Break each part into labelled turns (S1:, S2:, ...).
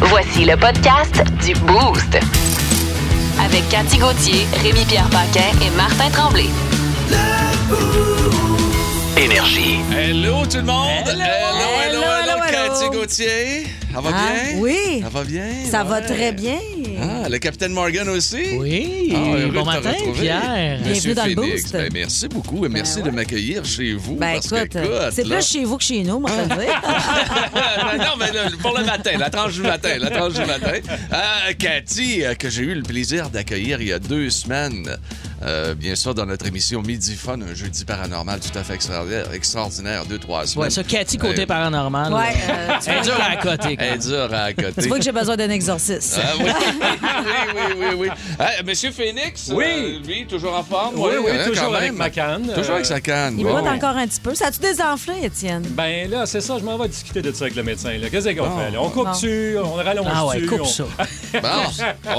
S1: Voici le podcast du Boost. Avec Cathy Gauthier, Rémi-Pierre Paquin et Martin Tremblay.
S2: Énergie.
S3: Hello tout le monde!
S4: Hello.
S3: hello, hello,
S4: Hello, hello,
S3: Cathy
S4: hello.
S3: Gauthier! Ça va
S4: Ah,
S3: bien?
S4: oui.
S3: Ça va bien?
S4: Ça va
S3: Ouais.
S4: très bien.
S3: Ah, le capitaine Morgan aussi?
S5: Oui.
S3: Ah, heureux de
S5: bon
S3: te
S5: matin,
S3: retrouver.
S5: Pierre.
S4: Bienvenue
S3: Monsieur
S4: dans le
S3: Phoenix,
S4: Boost.
S3: ben, merci beaucoup et merci de m'accueillir chez vous.
S4: Ben
S3: parce
S4: écoute,
S3: que, écoute,
S4: c'est
S3: là- Ah. Ben,
S4: plus chez vous que chez nous, moi, je te le dis.
S3: non, mais le- pour le matin, la tranche du matin, la tranche du matin. Euh, Cathy, euh, que j'ai eu le plaisir d'accueillir il y a deux semaines, euh, bien sûr, dans notre émission Midi Fun, un jeudi paranormal tout à fait extraordinaire, extraordinaire deux, trois semaines.
S5: Ouais, ça, Cathy, côté
S3: Euh,
S5: paranormal.
S4: Ouais,
S5: là.
S4: euh, tu
S5: Elle est
S4: vois-
S5: dure à côté.
S3: Elle est dure à côté.
S4: tu vois que j'ai besoin d'un exorciste.
S3: Ah oui, oui, oui, oui, oui. Ah, Monsieur Phoenix,
S6: Oui.
S3: euh, lui, toujours en forme.
S6: Oui,
S3: ouais,
S6: oui,
S3: hein, quand
S6: toujours avec
S3: même.
S6: ma canne. euh,
S3: Toujours avec sa canne.
S4: Il
S3: bon.
S4: boit encore un petit peu. Ça a-tu désenflé, Étienne?
S6: Ben là, c'est ça, je m'en vais discuter de ça avec le médecin. là. Qu'est-ce qu'on
S3: Bon.
S6: fait? là? On coupe-tu, on rallonge-tu?
S5: Ah ouais, coupe
S6: on-
S5: ça.
S3: Bon,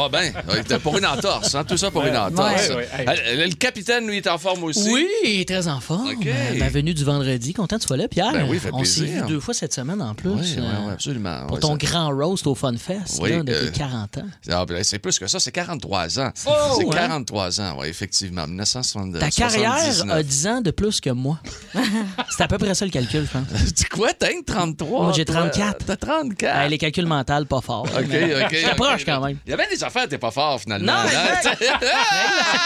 S3: ah ben, euh, pour une entorse, hein, tout ça pour une entorse.
S6: ouais, ouais, hey.
S3: Ah, Le capitaine, lui, est en forme aussi.
S5: Oui, il est très en forme.
S3: OK.
S5: Euh, Ma venue du vendredi, content que tu sois là, Pierre.
S3: Ben oui, fait
S5: On s'est
S3: plaisir.
S5: vu deux fois cette semaine en plus.
S3: Oui, oui,
S5: euh,
S3: oui, absolument.
S5: Pour
S3: Ouais,
S5: ton
S3: ça-
S5: grand roast au Fun Fest
S3: Oui,
S5: là, depuis
S3: euh,
S5: 40 ans.
S3: Ah, ben, c'est plus que ça, c'est 43 ans.
S6: Oh,
S5: fou,
S3: c'est
S5: hein?
S3: 43 ans, oui, effectivement, 1979.
S5: Ta carrière a 10 ans de plus que moi. C'est à peu près ça le calcul, je pense.
S3: Tu dis quoi, Oh, t'as une 33?
S5: Moi, j'ai
S3: toi?
S5: 34.
S3: T'as 34.
S5: Ah, les calculs mentaux, pas fort.
S3: OK, OK.
S5: Je t'approche
S3: ok.
S5: quand même.
S3: Il y avait des affaires, t'es pas fort finalement.
S5: Non,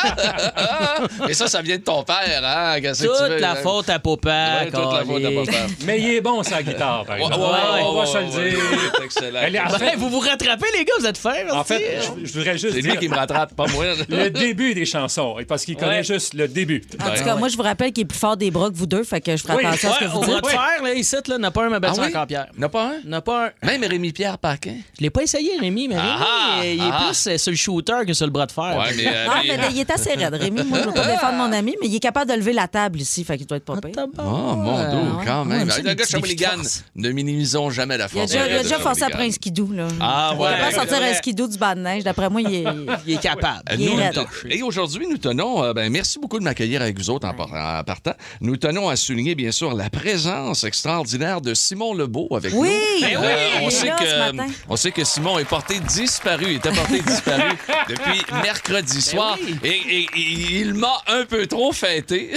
S3: Et ça, ça vient de ton père, hein? qu'est-ce que tu veux,
S5: Toute la
S3: hein?
S5: faute à Popa.
S3: Ouais, toute la faute de papa.
S6: Mais il est bon, sa guitare, par exemple.
S3: Ouais, ouais,
S6: on va se
S3: ouais,
S6: le dire.
S3: ouais, c'est excellent.
S6: Elle est en
S5: Ben,
S6: fait,
S5: vous vous rattrapez, les gars, vous êtes fers.
S6: en
S5: aussi.
S6: fait, je, je voudrais juste
S3: C'est lui
S6: dire
S3: qui me rattrape, pas moi.
S6: le début des chansons, parce qu'il connaît
S5: Ouais.
S6: juste le début.
S3: Ben,
S4: En tout cas, moi, je vous rappelle qu'il est plus fort des bras que vous deux, fait que je ferai
S6: Oui,
S4: attention à ce que
S5: Ouais,
S4: vous
S5: on
S4: dites.
S5: va te faire, là, ici, là, n'a pas un, ma belle
S3: Ah oui?
S5: encore, Pierre.
S3: N'a pas un?
S5: N'a pas un.
S3: Même Rémi-Pierre Paquin.
S5: Je l'ai pas essayé, Rémi, mais Rémi,
S3: Ah,
S5: euh, il est
S3: ah.
S5: plus euh, sur le shooter que sur le bras de fer.
S3: Ouais, mais, euh,
S4: Non,
S3: mais-
S4: Ah, mais il est assez raide, Rémi. Moi, je veux pas
S3: Ah.
S4: défendre mon ami, mais il est capable de lever la table ici, fait qu'il doit être
S5: Ah,
S4: pas pire.
S3: Oh, mon dos, quand
S5: ouais,
S3: même.
S5: mais ça,
S3: Le
S5: des
S3: gars
S5: petits défis de
S3: Shawinigan,
S5: force.
S3: ne minimisons jamais
S4: Il
S3: la
S4: a
S3: force.
S4: déjà, il a
S3: de
S4: déjà forcé à prendre un
S3: Shawinigan.
S4: skidou, là.
S3: Ah,
S4: Il
S3: ouais.
S4: va pas sortir un skidou du bas de neige. D'après moi, il est...
S5: Il est capable.
S3: Euh,
S4: Il est
S3: nous-
S4: raide.
S3: et aujourd'hui, nous tenons, euh, ben, merci beaucoup de m'accueillir avec vous autres en, par- en partant. Nous tenons à souligner, bien sûr, la présence extraordinaire de Simon Lebeau avec
S4: Oui!
S3: nous. Euh,
S4: Ben oui, il
S3: on,
S4: est
S3: sait
S4: là ce
S3: que,
S4: matin.
S3: on sait que Simon est porté disparu, il était porté disparu depuis
S4: Ben
S3: mercredi soir.
S5: oui.
S3: Et, et- et il m'a un peu trop fêté.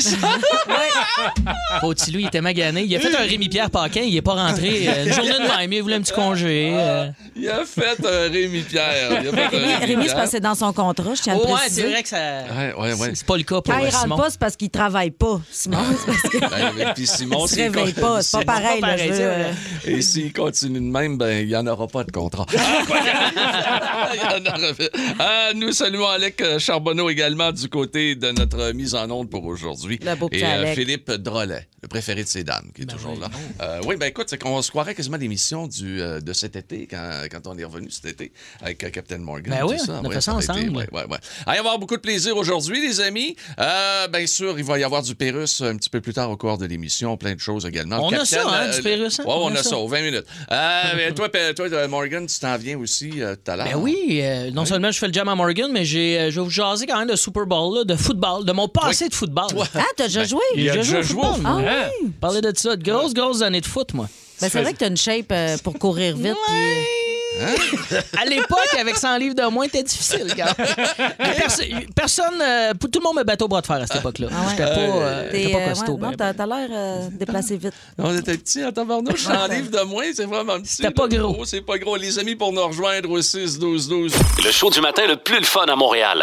S5: Faut-il lui, il était magané. Il a fait un Rémi-Pierre Paquin, il est pas rentré. euh, Une journée de même, il voulait un petit congé. euh.
S3: il a fait un Rémi-Pierre. Il a fait un
S4: Ben, Rémi, Rémi, c'est parce que c'est dans son contrat, je tiens à le
S5: Ouais,
S4: préciser.
S5: c'est vrai que ça.
S3: Ouais, ouais, ouais.
S5: c'est- C'est pas le cas pour
S4: Quand
S5: euh,
S4: il rentre
S5: Simon.
S4: pas, c'est parce qu'il travaille pas, Simon. C'est parce qu'il
S3: Ben, et puis Simon,
S4: se
S3: c'est
S4: réveille pas. C'est pas pareil, là, je
S5: pareil,
S4: veux,
S5: ça,
S4: euh,
S5: là.
S3: Et s'il continue de même, ben, il n'y en aura pas de contrat.
S5: Ah,
S3: Il y en aura- Ah, nous saluons Alec euh, Charbonneau également du côté de notre mise en onde pour aujourd'hui.
S4: Le beau
S3: Et
S4: petit
S3: euh,
S4: Alec.
S3: Philippe Drolet, le préféré de ces dames, qui est
S5: Ben
S3: toujours là. Euh, oui, ben écoute, c'est qu'on se croirait quasiment à l'émission du, euh, de cet été, quand, quand on est revenu cet été, avec euh, Captain Morgan.
S5: Ben
S3: tout
S5: oui,
S3: ça.
S5: on a
S3: Ouais,
S5: fait ça
S3: a été-
S5: ensemble.
S3: ouais, ouais, ouais. Allez, avoir beaucoup de plaisir aujourd'hui, les amis. Euh, bien sûr, il va y avoir du Pérus euh, un petit peu plus tard au cours de l'émission, plein de choses également. Le
S5: On a
S3: capitaine, euh,
S5: ça, hein, du Pérus, hein?
S3: ouais, on, a, ça, aux 20 minutes. Euh, mais toi, Pe- toi, euh, Morgan, tu t'en viens aussi euh, tout à l'heure.
S5: Ben oui, euh, non seulement je fais le jam à Morgan, mais j'ai, euh, je vais vous jaser quand même de Super Bowl, là, de football, de mon passé de football.
S4: Ah, t'as déjà joué? Ah,
S5: J'ai
S6: Il a
S5: joué au
S6: déjà joué au
S5: football, moi.
S6: Hein?
S5: Parler de ça, de grosses, grosses années de foot, moi.
S4: Ben, c'est vrai que t'as une shape euh, pour courir vite. puis- euh,
S5: À l'époque, avec 100 livres de moins, c'était difficile, quand même. Mais perso- personne, euh, tout le monde me battait au bras de fer à cette époque-là.
S4: Ah ouais.
S5: J'étais pas, euh,
S4: T'es,
S5: j'étais pas
S4: euh,
S5: costaud.
S4: ouais, non,
S5: ben, ben.
S4: t'as, t'as l'air euh, déplacé vite.
S3: On était petits en tabarnouche, 100 livres de moins, c'est vraiment petit.
S5: Ah, ben C'était pas
S3: là.
S5: gros.
S3: Oh, c'est pas gros. Les amis, pour nous rejoindre au 6-12-12.
S2: Le show du matin le plus le fun à Montréal.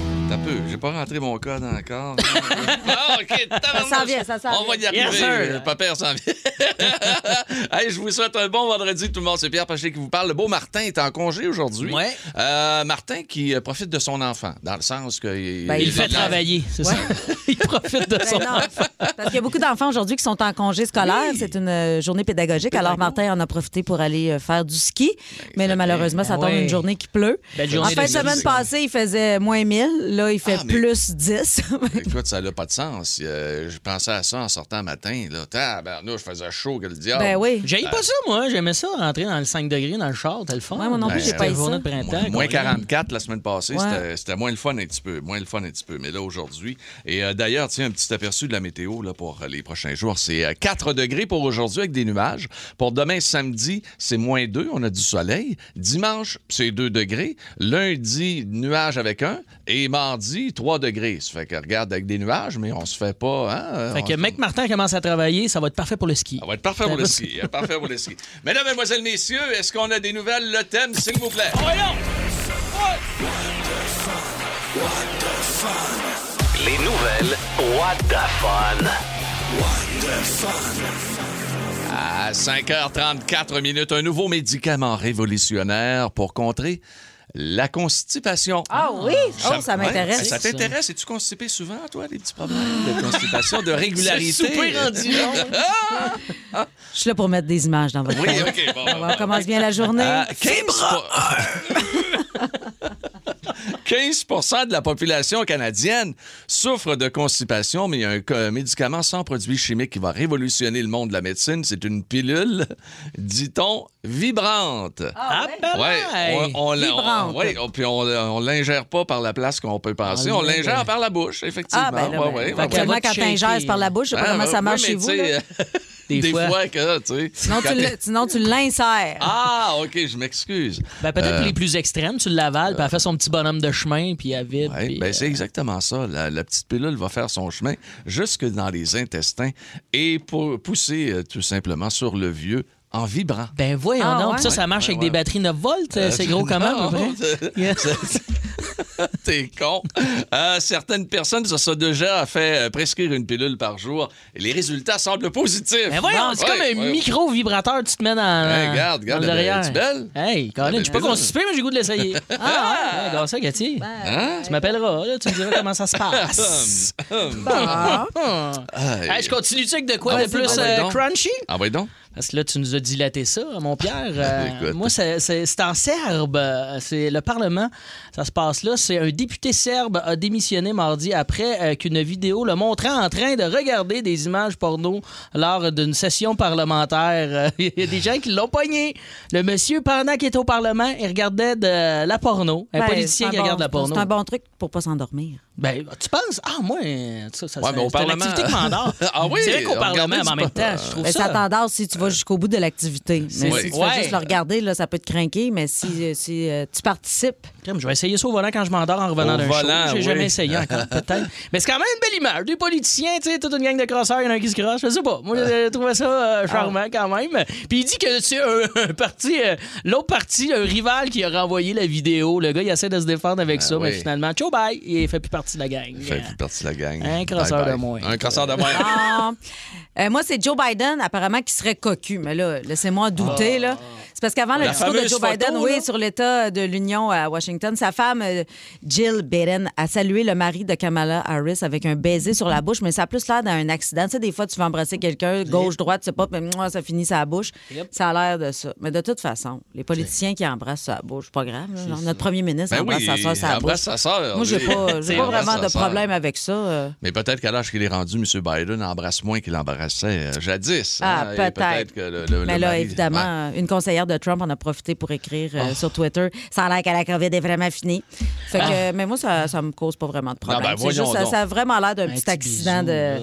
S3: T'as peu, j'ai pas rentré mon code encore. ah, OK, tabarnouche.
S4: Ça s'en vient, ça s'en
S3: On va y
S4: vient.
S3: arriver.
S5: Yes, sir.
S3: Euh, Papa, on s'en vient. hey, je vous souhaite un bon vendredi, tout le monde. C'est Pierre Paché qui vous parle. Le beau Martin est en congé aujourd'hui.
S5: Ouais.
S3: Euh, Martin qui euh, profite de son enfant, dans le sens que...
S4: Ben,
S5: Il
S4: Il
S5: le fait
S4: va-
S5: travailler, c'est ça. il profite de son.
S4: Ben non, parce qu'il y a beaucoup d'enfants aujourd'hui qui sont en congé scolaire. C'est une euh, journée pédagogique. Alors, Martin en a profité pour aller euh, faire du ski. mais là, malheureusement, ça
S5: Ben
S4: tombe
S5: ouais.
S4: une journée qui pleut.
S5: Belle
S4: en
S5: journée
S4: fin de
S5: de
S4: semaine
S5: ski.
S4: passée, il faisait moins 1000. Là, il fait
S3: Ah, mais-
S4: plus 10.
S3: Écoute, ça n'a pas de sens. Euh, je pensais à ça en sortant le matin. Là. Tabarnouche, je faisais chaud que le diable.
S4: ben oui.
S5: J'aille pas ça, moi. J'aimais ça, rentrer dans le 5 degrés dans le char, t'as le fun. Ben,
S4: Ouais, moi non plus,
S3: j'ai
S5: C'était
S3: pas
S5: une
S4: eu
S5: journée
S4: ça.
S5: de printemps.
S3: Moins- Moins
S5: qu'on aime.
S3: 44 la semaine passée,
S4: Ouais.
S3: c'était- c'était moins le fun un petit peu, moins le fun un petit peu. Mais là, aujourd'hui, et euh, d'ailleurs, tiens, un petit aperçu de la météo là, pour euh, les prochains jours, c'est euh, 4 degrés pour aujourd'hui avec des nuages. Pour demain, samedi, c'est moins 2, on a du soleil. Dimanche, c'est 2 degrés. Lundi, nuages avec 1. Et mardi, 3 degrés. Ça fait que regarde avec des nuages, mais on se fait pas... Hein, euh,
S5: Fait que
S3: on-
S5: mec Martin commence à travailler, ça va être parfait pour le ski.
S3: ça va être parfait
S4: Ben,
S3: pour le ski. hein, parfait pour le ski. Mesdames, Mesdemoiselles, Messieurs, est-ce qu'on a des nouvelles? Le thème, s'il vous plaît.
S2: Les nouvelles, what the fun.
S3: À 5h34 minutes, un nouveau médicament révolutionnaire pour contrer la constipation.
S4: Ah oui? Oh, ça m'intéresse.
S3: Ça t'intéresse? Es-tu constipé souvent, toi, des petits problèmes de constipation, de régularité?
S5: Ce souper en direct.
S4: Je suis là pour mettre des images dans votre
S3: Oui,
S4: tête.
S3: OK, bon.
S4: On commence bien la journée.
S3: Euh, 15, pour- 15 de la population canadienne souffre de constipation, mais il y a un co- un médicament sans produit chimique qui va révolutionner le monde de la médecine. C'est une pilule, dit-on, vibrante.
S5: Ah, ben
S3: Ouais,
S5: ouais.
S3: on, on l'a- on-
S4: Vibrante.
S3: ouais, on- puis on, on l'ingère pas par la place qu'on peut penser.
S5: Ah,
S3: on
S5: oui,
S3: l'ingère par la bouche, effectivement.
S4: ah, ben là,
S3: Ouais,
S4: ben,
S3: ouais,
S4: fait
S3: ouais,
S4: que
S3: ouais.
S4: seulement
S5: Ça va te
S4: quand t'ingères
S5: shaker.
S4: par la bouche, je sais pas
S3: Ah,
S4: comment ça
S3: oui,
S4: marche
S3: mais
S4: chez
S3: tu
S4: vous.
S3: sais,
S4: là.
S3: Des,
S5: Des
S3: fois.
S5: fois.
S3: que, tu sais.
S4: Sinon,
S3: quand
S4: tu
S3: t'es-
S4: le- Sinon, tu l'insères.
S3: Ah, OK, je m'excuse.
S5: Ben, peut-être les plus extrêmes, tu l'avales, puis elle fait son petit bonhomme de chemin, puis elle vide.
S3: Ouais,
S5: puis,
S3: ben,
S5: euh,
S3: c'est exactement ça. La, la petite pilule va faire son chemin jusque dans les intestins et pour pousser euh, tout simplement sur le vieux en vibrant.
S5: ben voyons
S4: Ah,
S5: donc.
S4: ouais?
S5: Ça, ça marche avec
S3: ouais. Ah,
S5: des batteries 9 volts. euh, c'est gros comment,
S3: Non,
S5: à peu près?
S3: c'est- T'es con. Euh, certaines personnes se sont déjà fait euh, prescrire une pilule par jour et les résultats semblent positifs.
S5: Ben voyons,
S3: Bon,
S5: c'est
S3: ouais,
S5: comme un
S3: ouais.
S5: micro-vibrateur que tu te mets dans,
S3: Hey, regarde, regarde,
S5: dans le
S3: elle est-
S5: derrière.
S3: elle est-tu belle?
S5: Hey, Colin,
S3: Elle est
S5: je suis pas
S3: belle.
S5: constipé, mais j'ai le goût de l'essayer. ah, ouais, regarde ça, Cathy.
S4: Ben,
S3: Hein?
S5: Tu m'appelleras, là, tu me diras comment ça se passe.
S3: Ah,
S5: Hey, je continue-tu avec de quoi
S3: Ah,
S5: de plus
S3: vas-y, vas-y
S5: euh,
S3: donc.
S5: crunchy?
S3: Ah ouais, donc?
S5: Parce que là, tu nous as dilaté ça, mon Pierre. Euh,
S3: Écoute.
S5: moi, c'est- c'est c'est en Serbe. Euh, C'est le Parlement. Ça se passe là. C'est un député serbe a démissionné mardi après euh, qu'une vidéo le montrant en train de regarder des images porno lors d'une session parlementaire. Euh, Il y a des gens qui l'ont pogné. Le monsieur, pendant qu'il était au Parlement, il regardait de la porno. Un
S4: Ben, c'est
S5: politicien
S4: un
S5: qui
S4: bon-
S5: regarde la porno.
S4: C'est un bon truc pour pas s'endormir.
S5: Ben, tu penses? Ah, moi, ça, ça
S3: Ouais,
S5: c'est
S3: mais au
S5: c'est une
S3: Parlement-
S5: activité qui m'endort.
S3: Ah oui,
S5: C'est vrai qu'au
S3: on regardait
S5: Parlement,
S3: du
S5: mais en même
S3: porno.
S5: temps, je trouve
S4: Ben, ça t'endort si tu vas jusqu'au bout de l'activité. Mais
S3: Euh. Ouais.
S4: si tu
S5: Ouais.
S4: fais juste le regarder, là, ça peut te craquer. Mais si, si, euh, tu participes,
S5: Crème, Je vais essayer ça au volant quand je m'endors en revenant
S3: Au
S5: d'un
S3: volant,
S5: show. J'ai
S3: oui.
S5: jamais essayé encore, peut-être. Mais c'est quand même une belle image. Des politiciens, tu sais, toute une gang de crosseurs, il y en a un qui se crosse. Je sais pas. Moi, j'ai trouvé ça
S3: Ah.
S5: euh, charmant quand même. Puis il dit que c'est un, un parti, euh, l'autre parti, un rival qui a renvoyé la vidéo. Le gars, il essaie de se défendre avec ça, mais
S3: Ben oui.
S5: finalement, ciao bye, il fait plus partie de la gang.
S3: Fait plus partie de la gang.
S5: Un crosseur
S3: Bye bye.
S5: de moins.
S3: Un crosseur de moins.
S4: Ah. Euh, moi, c'est Joe Biden, apparemment, qui serait cocu. Mais là, laissez-moi douter. là. C'est parce qu'avant le
S3: Ah. La
S4: discours de
S3: fameuse
S4: Joe
S3: photo,
S4: Biden,
S3: là.
S4: oui, sur l'État de l'Union à Washington, sa femme, euh, Jill Biden, a salué le mari de Kamala Harris avec un baiser sur la bouche, mais ça a plus l'air d'un accident. Tu sais, des fois, tu vas embrasser quelqu'un, gauche, droite, tu sais pas, mais mouah, ça finit sa bouche. Ça a l'air de ça. Mais de toute façon, les politiciens qui embrassent sa bouche, c'est pas grave. là. Notre premier ministre
S3: Ben
S4: embrasse
S3: oui,
S4: sa soeur, sa
S3: embrasse
S4: bouche.
S3: sa sœur,
S4: Moi, j'ai
S3: oui.
S4: pas, j'ai
S3: Il
S4: pas
S3: embrasse
S4: vraiment
S3: sa
S4: de
S3: sœur.
S4: problème avec ça. euh.
S3: Mais peut-être qu'à l'âge qu'il est rendu, M. Biden embrasse moins qu'il embrassait euh, jadis.
S4: Ah,
S3: hein, et
S4: peut-être.
S3: que le- le- le
S4: Mais là,
S3: mari- Ouais. Oh.
S4: évidemment, une conseillère de Trump en a profité pour écrire euh, sur Twitter Ça a l'air que la COVID est vraiment finie. Fait que, Mais moi, ça ne me cause pas vraiment de problème.
S3: Ah. ben,
S4: C'est
S3: voyons
S4: juste, ça,
S3: donc.
S4: ça a vraiment l'air d'un petit
S5: petit
S4: accident
S5: bisou,
S4: de.
S5: là.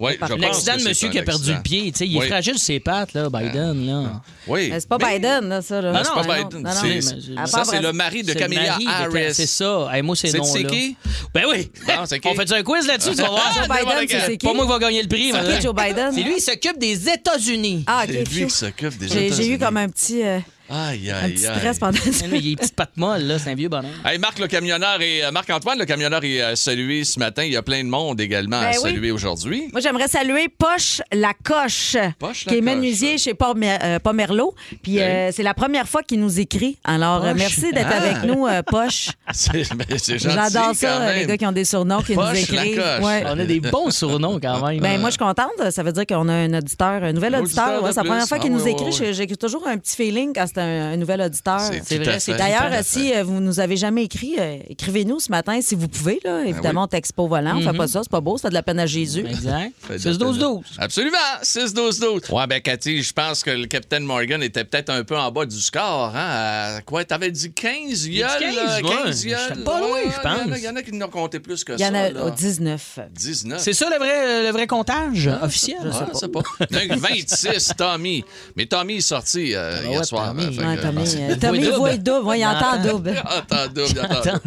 S3: Oui, je pense
S5: L'accident
S3: que
S5: de
S3: c'est
S5: monsieur
S3: un
S5: qui a perdu
S3: accident.
S5: le pied, tu sais, il
S3: Oui. Ah.
S5: est fragile ses pattes, là, Biden, là.
S3: Oui.
S4: Mais c'est pas
S3: Mais-
S4: Biden, là, ça. là.
S3: Non, c'est
S4: Non,
S3: pas
S4: non,
S3: Biden.
S4: non, non.
S3: C'est-
S5: mais-
S4: À part
S3: ça, c'est
S4: Brad-
S3: le mari de
S5: C'est le
S3: Camilla
S5: mari de-
S3: Harris.
S5: C'est ça. Hey, moi, c'est
S3: C'est-
S5: non.
S3: c'est qui?
S5: Ben oui.
S3: Non, c'est qui?
S5: On fait un quiz là-dessus, tu vas voir.
S4: Joe Biden, Ah, c'est- c'est qui?
S5: Pas moi qui va gagner le prix.
S4: C'est
S5: mais-
S4: qui, Joe Biden?
S5: C'est lui, il s'occupe des États-Unis.
S4: Ah,
S3: C'est
S4: OK.
S3: lui
S4: phew.
S3: qui s'occupe des
S4: J'ai j'ai eu
S3: États-Unis.
S4: comme un petit. euh,
S3: Aïe,
S4: Un petit
S3: aïe, aïe.
S4: stress pendant
S5: Eh, Mais lui, il est petite patte molle, là. C'est un vieux bonhomme.
S3: Hey, Marc le camionneur et euh, Marc-Antoine le camionneur est euh, salué ce matin. Il y a plein de monde également à
S4: Ben oui.
S3: saluer aujourd'hui.
S4: Moi, j'aimerais saluer Poche Lacoche,
S3: Poche
S4: qui est
S3: Lacoche.
S4: menuisier chez Pomer- euh, Pomerleau. Puis
S3: Ok.
S4: euh, c'est la première fois qu'il nous écrit. Alors, euh,
S5: Poche.
S4: merci d'être
S3: Ah.
S4: avec nous, euh, Poche.
S3: C'est ben, c'est gentil.
S4: J'adore
S3: quand
S4: ça, euh,
S3: même.
S4: les gars qui ont des surnoms, qui
S3: Poche Ah,
S4: nous écrivent.
S3: Lacoche.
S4: Ouais.
S5: On a des bons surnoms quand même.
S4: Ben, moi, je suis contente. Ça veut dire qu'on a un auditeur, un nouvel
S3: Un
S4: auditeur.
S3: auditeur de
S4: ouais, c'est la
S3: plus.
S4: première fois qu'il
S3: Ah
S4: nous
S3: oui,
S4: écrit.
S3: oui, oui.
S4: J'ai- J'ai toujours un petit feeling quand c'est un, un nouvel auditeur.
S5: C'est
S3: tout
S5: vrai,
S3: à
S5: c'est
S3: fait.
S4: D'ailleurs,
S3: Tout à
S4: si euh, vous nous avez jamais écrit, euh, écrivez-nous ce matin si vous pouvez. Là.
S3: Ben
S4: Évidemment, on texte pas au volant. On
S3: Mm-hmm.
S4: fait pas ça, c'est pas beau, ça fait de la peine à Jésus.
S5: Exact.
S3: Fait de-
S5: 6-12-12.
S3: Ben, Absolument, 6-12-12. Ouais, ben Cathy, je pense que le Captain Morgan était peut-être un peu en bas du score. Hein? à- Quoi, t'avais dit 15
S5: a
S3: yeux?
S5: dit 15, ouais.
S3: 15 yeux.
S5: J'étais pas loin,
S3: Ouais,
S5: je
S3: il y en a-
S5: pense.
S3: Il y, en a qui nous ont compté plus que
S4: Il y
S3: ça.
S4: en a
S3: là.
S4: au 19.
S3: 19.
S5: C'est ça le vrai, euh, le vrai comptage officiel?
S3: Ah, je sais pas. Donc, 26, Tommy. Mais Tommy est sorti euh, hier
S5: ouais,
S3: soir.
S5: Tommy.
S3: euh, fait
S4: Ouais,
S3: que-
S4: Tommy,
S3: Ah,
S4: euh, Tommy, il
S5: double.
S4: voit double. Ouais, il entend double.
S3: Attends, double, attends.
S5: Attends,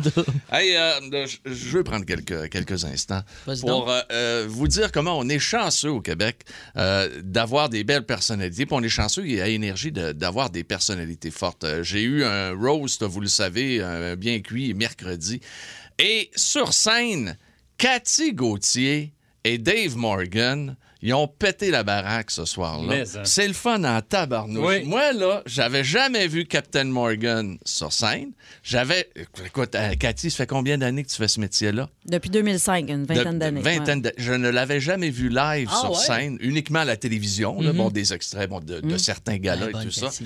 S5: là.
S3: Hey, euh, je- je veux prendre quelques, quelques instants
S5: Vas-y donc.
S3: pour euh, euh, vous dire comment on est chanceux au Québec euh, d'avoir des belles personnalités. Puis on est chanceux et à énergie de- d'avoir des personnalités fortes. Euh, J'ai eu un roast, vous le savez, un bien cuit mercredi. Et sur scène, Cathy Gauthier et Dave Morgan. Ils ont pété la baraque ce soir-là.
S6: Mais, hein.
S3: C'est le fun en tabarnouche.
S6: Oui.
S3: Moi, là, j'avais jamais vu Captain Morgan sur scène. J'avais. Écoute, euh, Cathy, ça fait combien d'années que tu fais ce métier-là?
S4: Depuis 2005, une
S3: De-
S4: vingtaine
S3: de-
S4: d'années.
S3: vingtaine
S4: ouais.
S3: d'a- Je ne l'avais jamais vu live
S5: Ah
S3: sur
S5: ouais? Mhm.
S3: scène, uniquement à la télévision, là, bon, des extraits bon, de, de certains galas
S5: Ah, bonne
S3: et tout ça.
S5: Cathy.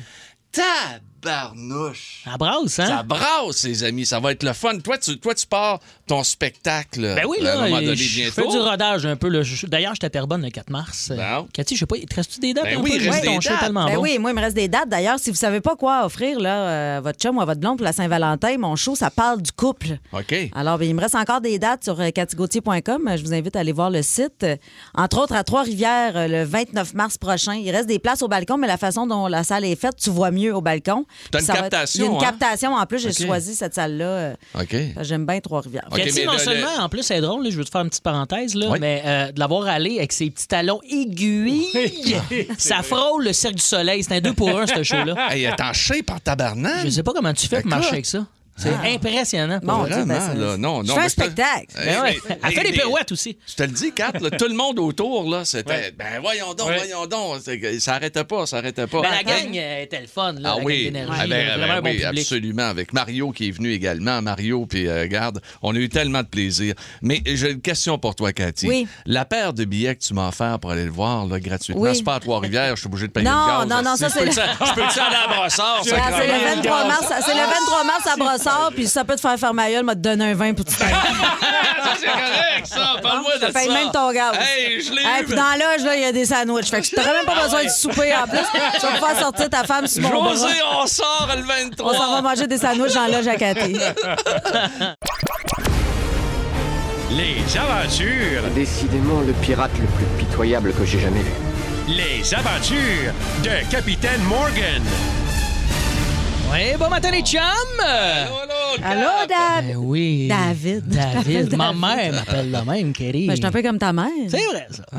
S3: Tabarnouche!
S5: Ça brasse,
S3: Ça
S5: hein?
S3: brasse, les amis. Ça va être le fun. Toi, tu, toi, tu pars ton spectacle
S5: Ben oui,
S3: à un moment
S5: là,
S3: donné
S5: je
S3: bientôt.
S5: fais du rodage un peu. là. Je- D'ailleurs, j'étais à Terrebonne le 4 mars.
S3: Bon.
S5: Cathy, je sais pas, te reste-tu des dates?
S3: Ben
S5: un
S3: oui,
S5: peu?
S3: il reste
S5: Ouais,
S3: des
S5: ton show est
S3: dates.
S5: tellement
S4: Ben
S5: bon.
S4: oui, moi, il me reste des dates. D'ailleurs, si vous savez pas quoi offrir là, euh, à votre chum ou à votre blonde pour la Saint-Valentin, mon show, ça parle du couple.
S3: OK.
S4: Alors, ben, il me reste encore des dates sur euh, cathygauthier.com. Euh, Je vous invite à aller voir le site. Euh, Entre autres, à Trois-Rivières, euh, le 29 mars prochain. Il reste des places au balcon, mais la façon dont la salle est faite, tu vois mieux au balcon. Puis
S3: T'as une
S4: ça va être-
S3: captation,
S4: Il y a une
S3: hein?
S4: captation. En plus, j'ai
S3: OK.
S4: choisi cette salle-là. euh,
S3: OK.
S4: parce que J'aime bien Trois-Rivières.
S3: OK.
S5: Cathy,
S3: mais
S5: non
S3: le- le-
S5: seulement, en plus, c'est drôle, là, je veux te faire une petite parenthèse, là,
S3: Oui.
S5: mais euh, de l'avoir allé avec ses petits talons aiguilles, ça frôle le cercle du soleil. C'est un deux pour un, ce show-là.
S3: Hey, elle est en shape en tabarnak.
S5: Ah. Je sais pas comment tu fais pour
S3: D'accord.
S5: marcher avec ça. C'est
S3: Ah.
S5: impressionnant.
S4: Bon, ben,
S3: Vraiment,
S4: ça-
S3: là, non,
S4: je
S3: non,
S4: fais
S3: mais
S4: un
S3: je te-
S4: spectacle.
S3: Hey,
S5: Ben ouais.
S3: mais-
S5: Elle fait
S3: mais-
S5: des pirouettes aussi.
S3: Je te le dis, Kat, là, tout le monde autour, là, c'était
S6: Ouais.
S3: ben voyons donc,
S6: Ouais.
S3: voyons donc. C'est- Ça arrêtait pas, ça arrêtait pas.
S5: Ben, la
S3: Mais-
S5: gang euh, était le fun, là,
S3: Ah
S5: la gang
S3: oui,
S5: d'énergie.
S3: Ah ben,
S5: là,
S3: ah ben
S5: vraiment un bon
S3: oui,
S5: public.
S3: absolument. Avec Mario qui est venu également. Mario, puis euh, regarde, on a eu tellement de plaisir. Mais j'ai une question pour toi, Cathy.
S4: Oui.
S3: La paire de billets que tu m'as offert pour aller le voir là, gratuitement,
S4: Oui.
S3: c'est pas à Trois-Rivières, je suis obligé de payer
S4: Non,
S3: le gaz.
S4: non, non, ça,
S3: Je
S4: c'est
S3: peux-tu-
S4: le-
S3: Je peux-tu aller à Brossard,
S4: Ah,
S3: sacrément?
S4: c'est le 23 mars, c'est le 23 mars à Brossard, puis ça peut te faire faire ma gueule, m'a te donner un vin pour tout
S3: Ça, Ah, c'est correct, ça. Parle-moi de
S4: Ça
S3: ça.
S4: paye même ton gaz.
S3: Hey, je l'ai
S4: Hey,
S3: eu. Ah
S4: puis dans l'âge, là, il y a des sandwichs. Fait que tu n'aurais même pas besoin de souper en plus. Tu vas pouvoir sortir ta femme sur mon bras.
S3: José, on sort le
S4: On
S3: 23.
S4: s'en va manger des sandwichs dans l'âge à Caté.
S7: Les aventures,
S8: Décidément le pirate le plus pitoyable que j'ai jamais vu.
S7: les aventures de Capitaine Morgan.
S5: Ouais, bon matin, les chums!
S4: Allô, Dab?
S5: Ben oui.
S4: David.
S5: David.
S4: David.
S5: Ma mère m'appelle la même, Kerry.
S4: Ben, je suis un peu comme ta mère.
S5: C'est vrai, ça.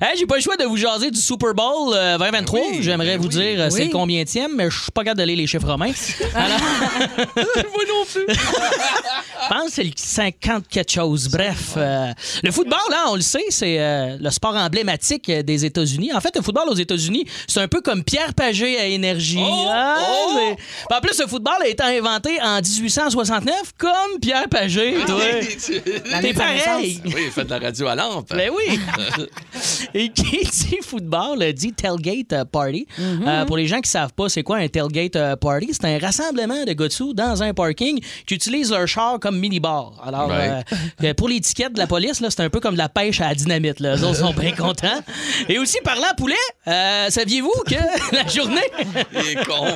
S5: Hey, J'ai pas le choix de vous jaser du Super Bowl euh, 2023.
S3: Oui,
S5: J'aimerais
S3: ben
S5: vous
S3: oui.
S5: dire euh, c'est
S4: Oui.
S5: le combienième, mais je suis pas capable de lire les chiffres romains. Alors,
S3: Moi non plus.
S5: je pense que c'est le 50 quelque chose. Bref, euh, le football, là, on le sait, c'est euh, le sport emblématique euh, des États-Unis. En fait, le football aux États-Unis, c'est un peu comme Pierre Pagé à Énergie. Ah,
S3: Oh! Oh!
S5: c'est- Puis En plus, le football a été inventé en 1869 comme Pierre Pagé.
S3: Ah
S5: toi. T'es pareil.
S3: Oui, faites de la radio à lampe.
S5: Ben oui! Et qui dit football euh, dit tailgate euh, party. Euh, pour les gens qui savent pas c'est quoi un tailgate euh, party, c'est un rassemblement de gars de sous dans un parking qui utilisent leur char comme mini-bar. Alors,
S3: Ouais.
S5: euh, euh, pour l'étiquette de la police, là, c'est un peu comme de la pêche à la dynamite. Là. Eux autres sont bien contents. Et aussi, parlant poulet, euh, saviez-vous que la journée...
S3: Il est con.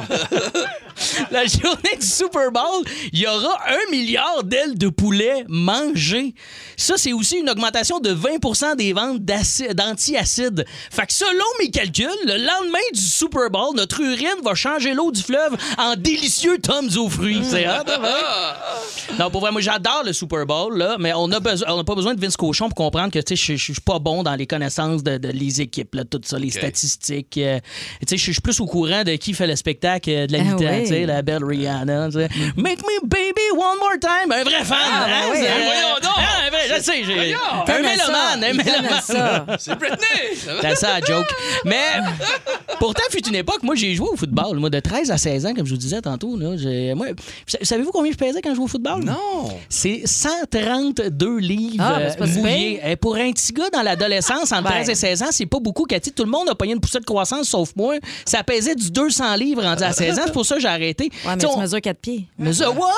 S5: La journée du Super Bowl, il y aura un milliard d'ailes de poulet mangées. Ça, c'est aussi une augmentation de 20 des ventes d'aci- antiacide. Fait que selon mes calculs, le lendemain du Super Bowl, notre urine va changer l'eau du fleuve en délicieux Tom's aux fruits. C'est hot, hein, ouais? Non, pour vrai, moi, j'adore le Super Bowl, là, mais on n'a pas besoin de Vince Cochon pour comprendre que, tu sais, je- je je suis pas bon dans les connaissances de, de- les équipes, là, tout ça, les statistiques. euh, tu sais, je suis plus au courant de qui fait le spectacle euh, de la
S4: Ah
S5: mi-temps,
S4: oui.
S5: tu sais, la belle Rihanna. tu sais. Make me baby one more time. Un vrai fan.
S4: Ah,
S5: hein,
S4: oui,
S5: c'est-
S4: hein,
S3: voyons donc.
S5: Ah, un vrai, je sais, j'ai. Un
S4: T'aimes ça.
S5: mélomane, un
S4: Il t'aime
S5: mélomane.
S4: ça.
S3: C'est Britney! Ça va?
S5: T'as ça à joke. Mais pourtant, fut une époque, moi, j'ai joué au football. Moi, de 13 à 16 ans, comme je vous disais tantôt. Là, j'ai- moi, sa- savez-vous combien je pesais quand je jouais au football?
S3: Non!
S5: C'est 132 livres
S4: Ah, ben, c'est pas
S5: euh,
S4: si Ben.
S5: mouillés. Et pour un petit gars dans l'adolescence, entre
S4: Ouais.
S5: 13 et 16 ans, c'est pas beaucoup, Cathy. Tout le monde a pogné une poussée de croissance, sauf moi. Ça pesait du 200 livres rendu à 16 ans. C'est pour ça que j'ai arrêté.
S4: Ouais, mais
S5: Tu sais,
S4: tu
S5: on-
S4: mesures quatre pieds.
S5: mais ça, what?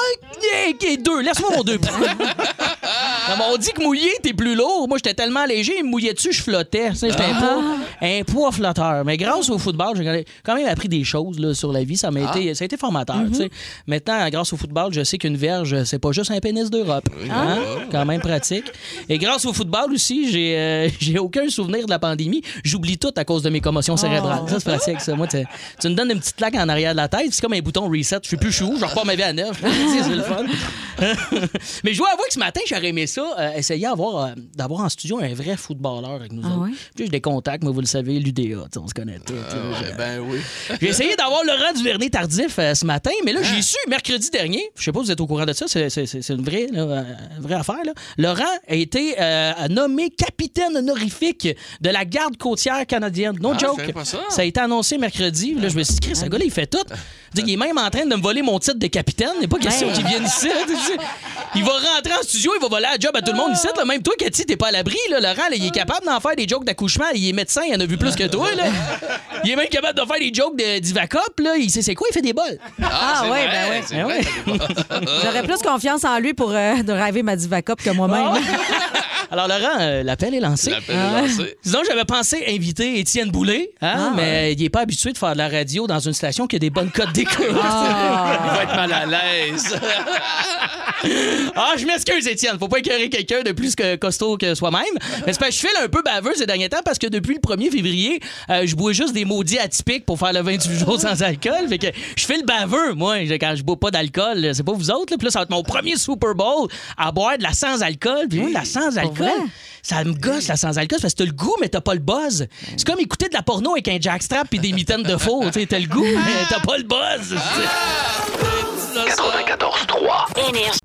S5: Yeah, ok, deux. Laisse-moi mon deux. pieds. Non, mais on dit que mouillé, t'es plus lourd. Moi, j'étais tellement léger, mouillé dessus, je flottais. Tu sais, J'étais un, poids, un poids flotteur. Mais grâce au football, j'ai quand même appris des choses là, sur la vie. Ça m'a été, ça a été formateur. tu sais. Maintenant, grâce au football, je sais qu'une verge, c'est pas juste un pénis d'Europe. Hein? Quand même pratique. Et grâce au football aussi, j'ai euh, j'ai aucun souvenir de la pandémie. J'oublie tout à cause de mes commotions cérébrales. Ça, c'est pratique. Ça. Moi, tu tu me donnes une petite claque en arrière de la tête, c'est comme un bouton reset. Je suis plus chou, je repars ma vie à neuf. c'est le fun. Mais je dois avouer que ce matin, j'aurais aimé ça, euh, essayer d'avoir, euh, d'avoir en studio un vrai footballeur avec nous autres.
S4: ouais?
S5: Puis j'ai des contacts, moi, vous le savez, l'UDA, tu sais, on se connaît tous. là.
S3: Ouais, ben oui.
S5: J'ai essayé d'avoir Laurent Duvernay tardif euh, ce matin, mais là,
S3: Ah.
S5: j'ai su mercredi dernier. Je sais pas si vous êtes au courant de ça, c'est, c'est- c'est- c'est une, vraie, là, euh, une vraie affaire. là. Laurent a été euh, nommé capitaine honorifique de la garde côtière canadienne. No
S3: Ah, je savais
S5: joke.
S3: pas ça.
S5: a été annoncé mercredi. Là, je me suis dit, Chris, ce gars-là, il fait tout. Je dis, Il est même en train de me voler mon titre de capitaine. Il n'est pas question
S4: Ouais.
S5: qu'il vienne ici. là, tu sais. Il va rentrer en studio, il va voler la job à tout le monde ici. là. Même toi, Cathy, t'es pas à l'abri. là. Laurent, là, il est capable d'en faire des jokes d'accouchement. Il est médecin, il en a vu plus que toi. là. Il est même capable de faire des jokes de d'Ivacop. là. Il sait c'est quoi, il fait des bols.
S4: Ah,
S3: c'est
S4: ouais,
S3: vrai,
S4: ben ouais.
S3: c'est vrai,
S5: Eh
S3: t'as des-
S4: J'aurais plus confiance en lui pour euh, de driver ma divacop que
S3: Ah
S4: moi-même.
S5: Alors, Laurent, euh, l'appel est lancé.
S3: L'appel est lancé.
S5: Sinon, j'avais pensé inviter Étienne Boulay, hein,
S4: Ah,
S5: mais il n'est pas habitué de faire de la radio dans une station qui a des bonnes cotes d'écoute.
S4: Ah.
S3: Il va être mal à l'aise.
S5: Ah, je m'excuse, Étienne. Faut pas écœurer quelqu'un de plus que costaud que soi-même. Mais c'est parce que je file un peu baveux ces derniers temps parce que depuis le 1er février, euh, je bois juste des maudits atypiques pour faire le 28 jours sans alcool. Fait que je file baveux, moi, je- quand je bois pas d'alcool. C'est pas vous autres, là. Puis là, ça va être mon premier Super Bowl à boire de la sans-alcool. Puis moi, de la sans-alcool, ça me gosse, la sans-alcool. c'est Parce que t'as le goût, mais t'as pas le buzz. C'est comme écouter de la porno avec un jackstrap puis des mitaines de faux. Tu sais, t'as le goût, mais t'as pas le buzz.
S1: Énergie.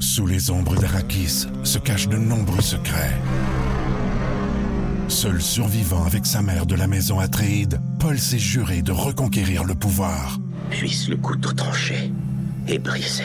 S9: Sous les ombres d'Arakis se cachent de nombreux secrets. Seul survivant avec sa mère de la maison Atréide, Paul s'est juré de reconquérir le pouvoir.
S8: Puisse le couteau tranché et brisé.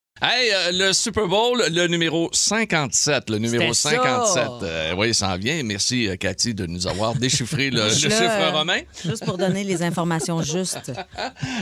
S3: Hey, euh, le Super Bowl, le numéro 57. Le numéro
S5: C'était ça.
S3: 57. Euh, oui, il s'en vient. Merci, euh, Cathy, de nous avoir déchiffré Euh, le, le
S4: Je le-
S3: chiffre romain.
S4: euh, Juste pour donner les informations justes.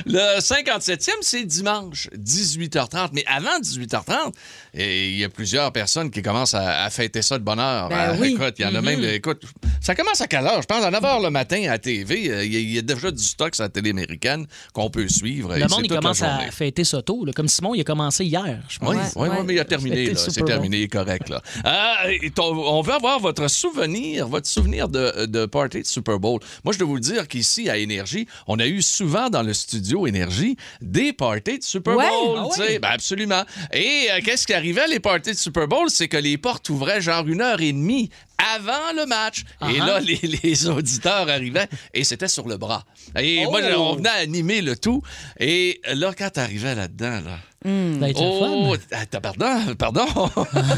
S3: Le 57e, c'est dimanche, 18h30. Mais avant 18h30, et eh, il y a plusieurs personnes qui commencent à, à fêter ça de bonne heure.
S4: Ben
S3: Ah,
S4: oui.
S3: Écoute, il y en a
S5: Mm-hmm.
S3: même. Écoute, ça commence à quelle heure? Je pense à 9h le matin à TV. euh, Il y, a- il y a déjà du stock sur la télé américaine qu'on peut suivre. et
S5: Le
S3: c'est
S5: monde, il
S3: Ben, toute la
S5: commence à
S3: journée.
S5: fêter ça tôt. là. Comme Simon, il a commencé hier, je pense.
S3: Oui,
S4: Ouais,
S3: oui, oui,
S4: ouais.
S3: mais il a terminé.
S5: C'était
S3: là.
S5: super
S3: C'est
S5: bon.
S3: terminé, correct. Là. Ah, et ton- on veut avoir votre souvenir, votre souvenir de, de party de Super Bowl. Moi, je dois vous le dire qu'ici, à Énergie, on a eu souvent dans le studio Énergie des parties de Super
S4: Ouais.
S3: Bowl.
S5: Ah
S3: tu
S5: ouais.
S3: sais. Ben, absolument. Et euh, qu'est-ce qui arrivait à les parties de Super Bowl? C'est que les portes ouvraient genre une heure et demie avant le match. Et
S5: Ah-ha.
S3: là, les, les auditeurs arrivaient et c'était sur le bras. Et moi,
S5: Oh!
S3: je- on venait animer le tout. Et là, quand t'arrivais là-dedans, là
S5: Ça va être le fun.
S3: Oh, ah, t'as- pardon, pardon.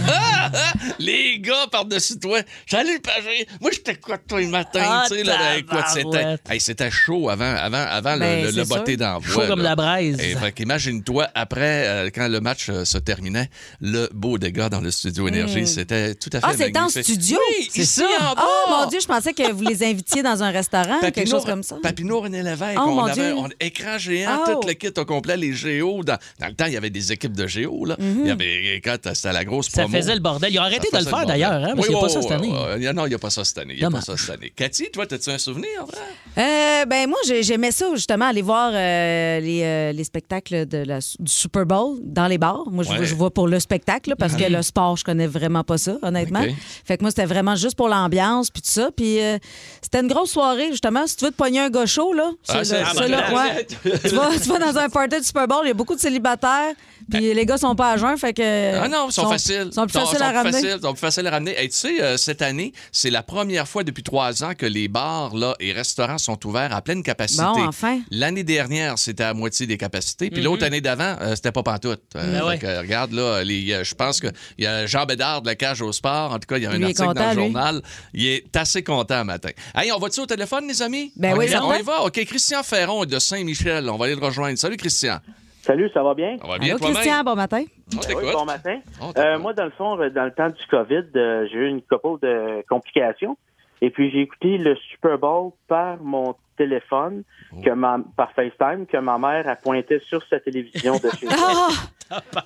S3: Ah, ah, les gars par-dessus toi. J'allais le pager. Moi, j'étais quoi toi le matin,
S5: Ah,
S3: tu sais, là, ben, écoute, c'était,
S5: tabarouette.
S3: Hey, c'était chaud avant, avant, avant le-
S4: Ben,
S3: le,
S4: c'est
S3: le botté
S4: sûr.
S3: d'envoi.
S5: Chaud
S3: là.
S5: comme la braise.
S3: Et, fait qu'imagine-toi, après, euh, quand le match euh, se terminait, le beau dégât dans le studio Énergie, c'était tout à fait
S4: Ah, c'est en
S3: magnifique.
S4: studio?
S3: Oui,
S4: C'est
S3: ici,
S4: ça?
S3: en bas. Ben,
S4: Oh mon Dieu, je pensais que vous les invitiez dans un restaurant, quelque chose comme ça.
S3: euh, Papineau, René Lévesque,
S4: Oh,
S3: on
S4: mon
S3: avait
S4: Dieu.
S3: on- écran géant,
S4: Oh.
S3: tout le kit au complet, les géos. Dans, dans le temps, il il y avait des équipes de géo. Là.
S4: Mhm.
S3: Il y avait, quand c'était la grosse
S5: Ça
S3: promo.
S5: faisait le bordel. Ils ont arrêté
S3: Ça
S5: de le
S3: faisait
S5: faire
S3: bordel.
S5: d'ailleurs, hein, parce
S3: Oui,
S5: qu'il n'y a
S3: oui,
S5: pas ça
S3: oui,
S5: cette année.
S3: oui, oui. Non, il n'y a pas ça cette année. Il y a
S5: Dommage.
S3: pas ça cette année. Cathy, toi, as-tu un souvenir? vrai?
S4: Euh, ben moi, j'ai- j'aimais ça justement aller voir euh, les, euh, les spectacles de la- du Super Bowl dans les bars. Moi, je,
S3: Ouais. Mhm.
S4: je vois pour le spectacle là, parce que le sport, je connais vraiment pas ça, honnêtement.
S3: Ok.
S4: Fait que moi, c'était vraiment juste pour l'ambiance puis tout ça. Puis euh, c'était une grosse soirée justement. Si tu veux te pogner un gars chaud là,
S3: Ah,
S4: c'est
S3: c'est-
S4: le-
S3: ah,
S4: c'est là,
S3: ben,
S4: ouais. tu, vas, tu vas dans un party du Super Bowl, il y a beaucoup de célibataires, puis les gars sont pas à jeun, fait que
S3: Ah non, ils sont, faciles.
S4: Euh, Sont plus
S3: Ils
S4: faciles
S3: sont
S4: à ramener.
S3: faciles, ils sont plus faciles à ramener. Et tu sais, euh, cette année, c'est la première fois depuis trois ans que les bars là, et restaurants sont ouverts à pleine capacité.
S4: Bon, enfin. Mm-hmm.
S3: L'année dernière, c'était à moitié des capacités. Puis l'autre année d'avant, euh, c'était pas pantoute. Euh,
S5: Ben
S3: fait
S5: ouais.
S3: que, regarde, là, les, euh, je pense qu'il y a Jean Bédard de la Cage au Sport. En tout cas, il y a un
S4: Lui, il est
S3: article dans le
S4: content, lui.
S3: journal. Il est assez content le matin. Hey, on va-tu au téléphone, les amis?
S4: Ben
S3: on
S4: oui,
S3: y va-
S4: certain.
S3: on y va. OK, Christian Ferron est de Saint-Michel. On va aller le rejoindre. Salut, Christian.
S10: Salut, ça va bien?
S3: On va bien
S4: Allô
S3: toi-même?
S4: Christian, bon matin.
S3: On
S10: Ben oui,
S3: t'écoute.
S10: bon matin.
S3: On
S10: Euh,
S3: t'écoute.
S10: moi, dans le fond, euh, dans le temps du COVID, euh, j'ai eu une couple de complications. Et puis, j'ai écouté le Super Bowl par mon téléphone, que ma, par FaceTime, que ma mère a pointé sur sa télévision de chez elle.
S4: Ah,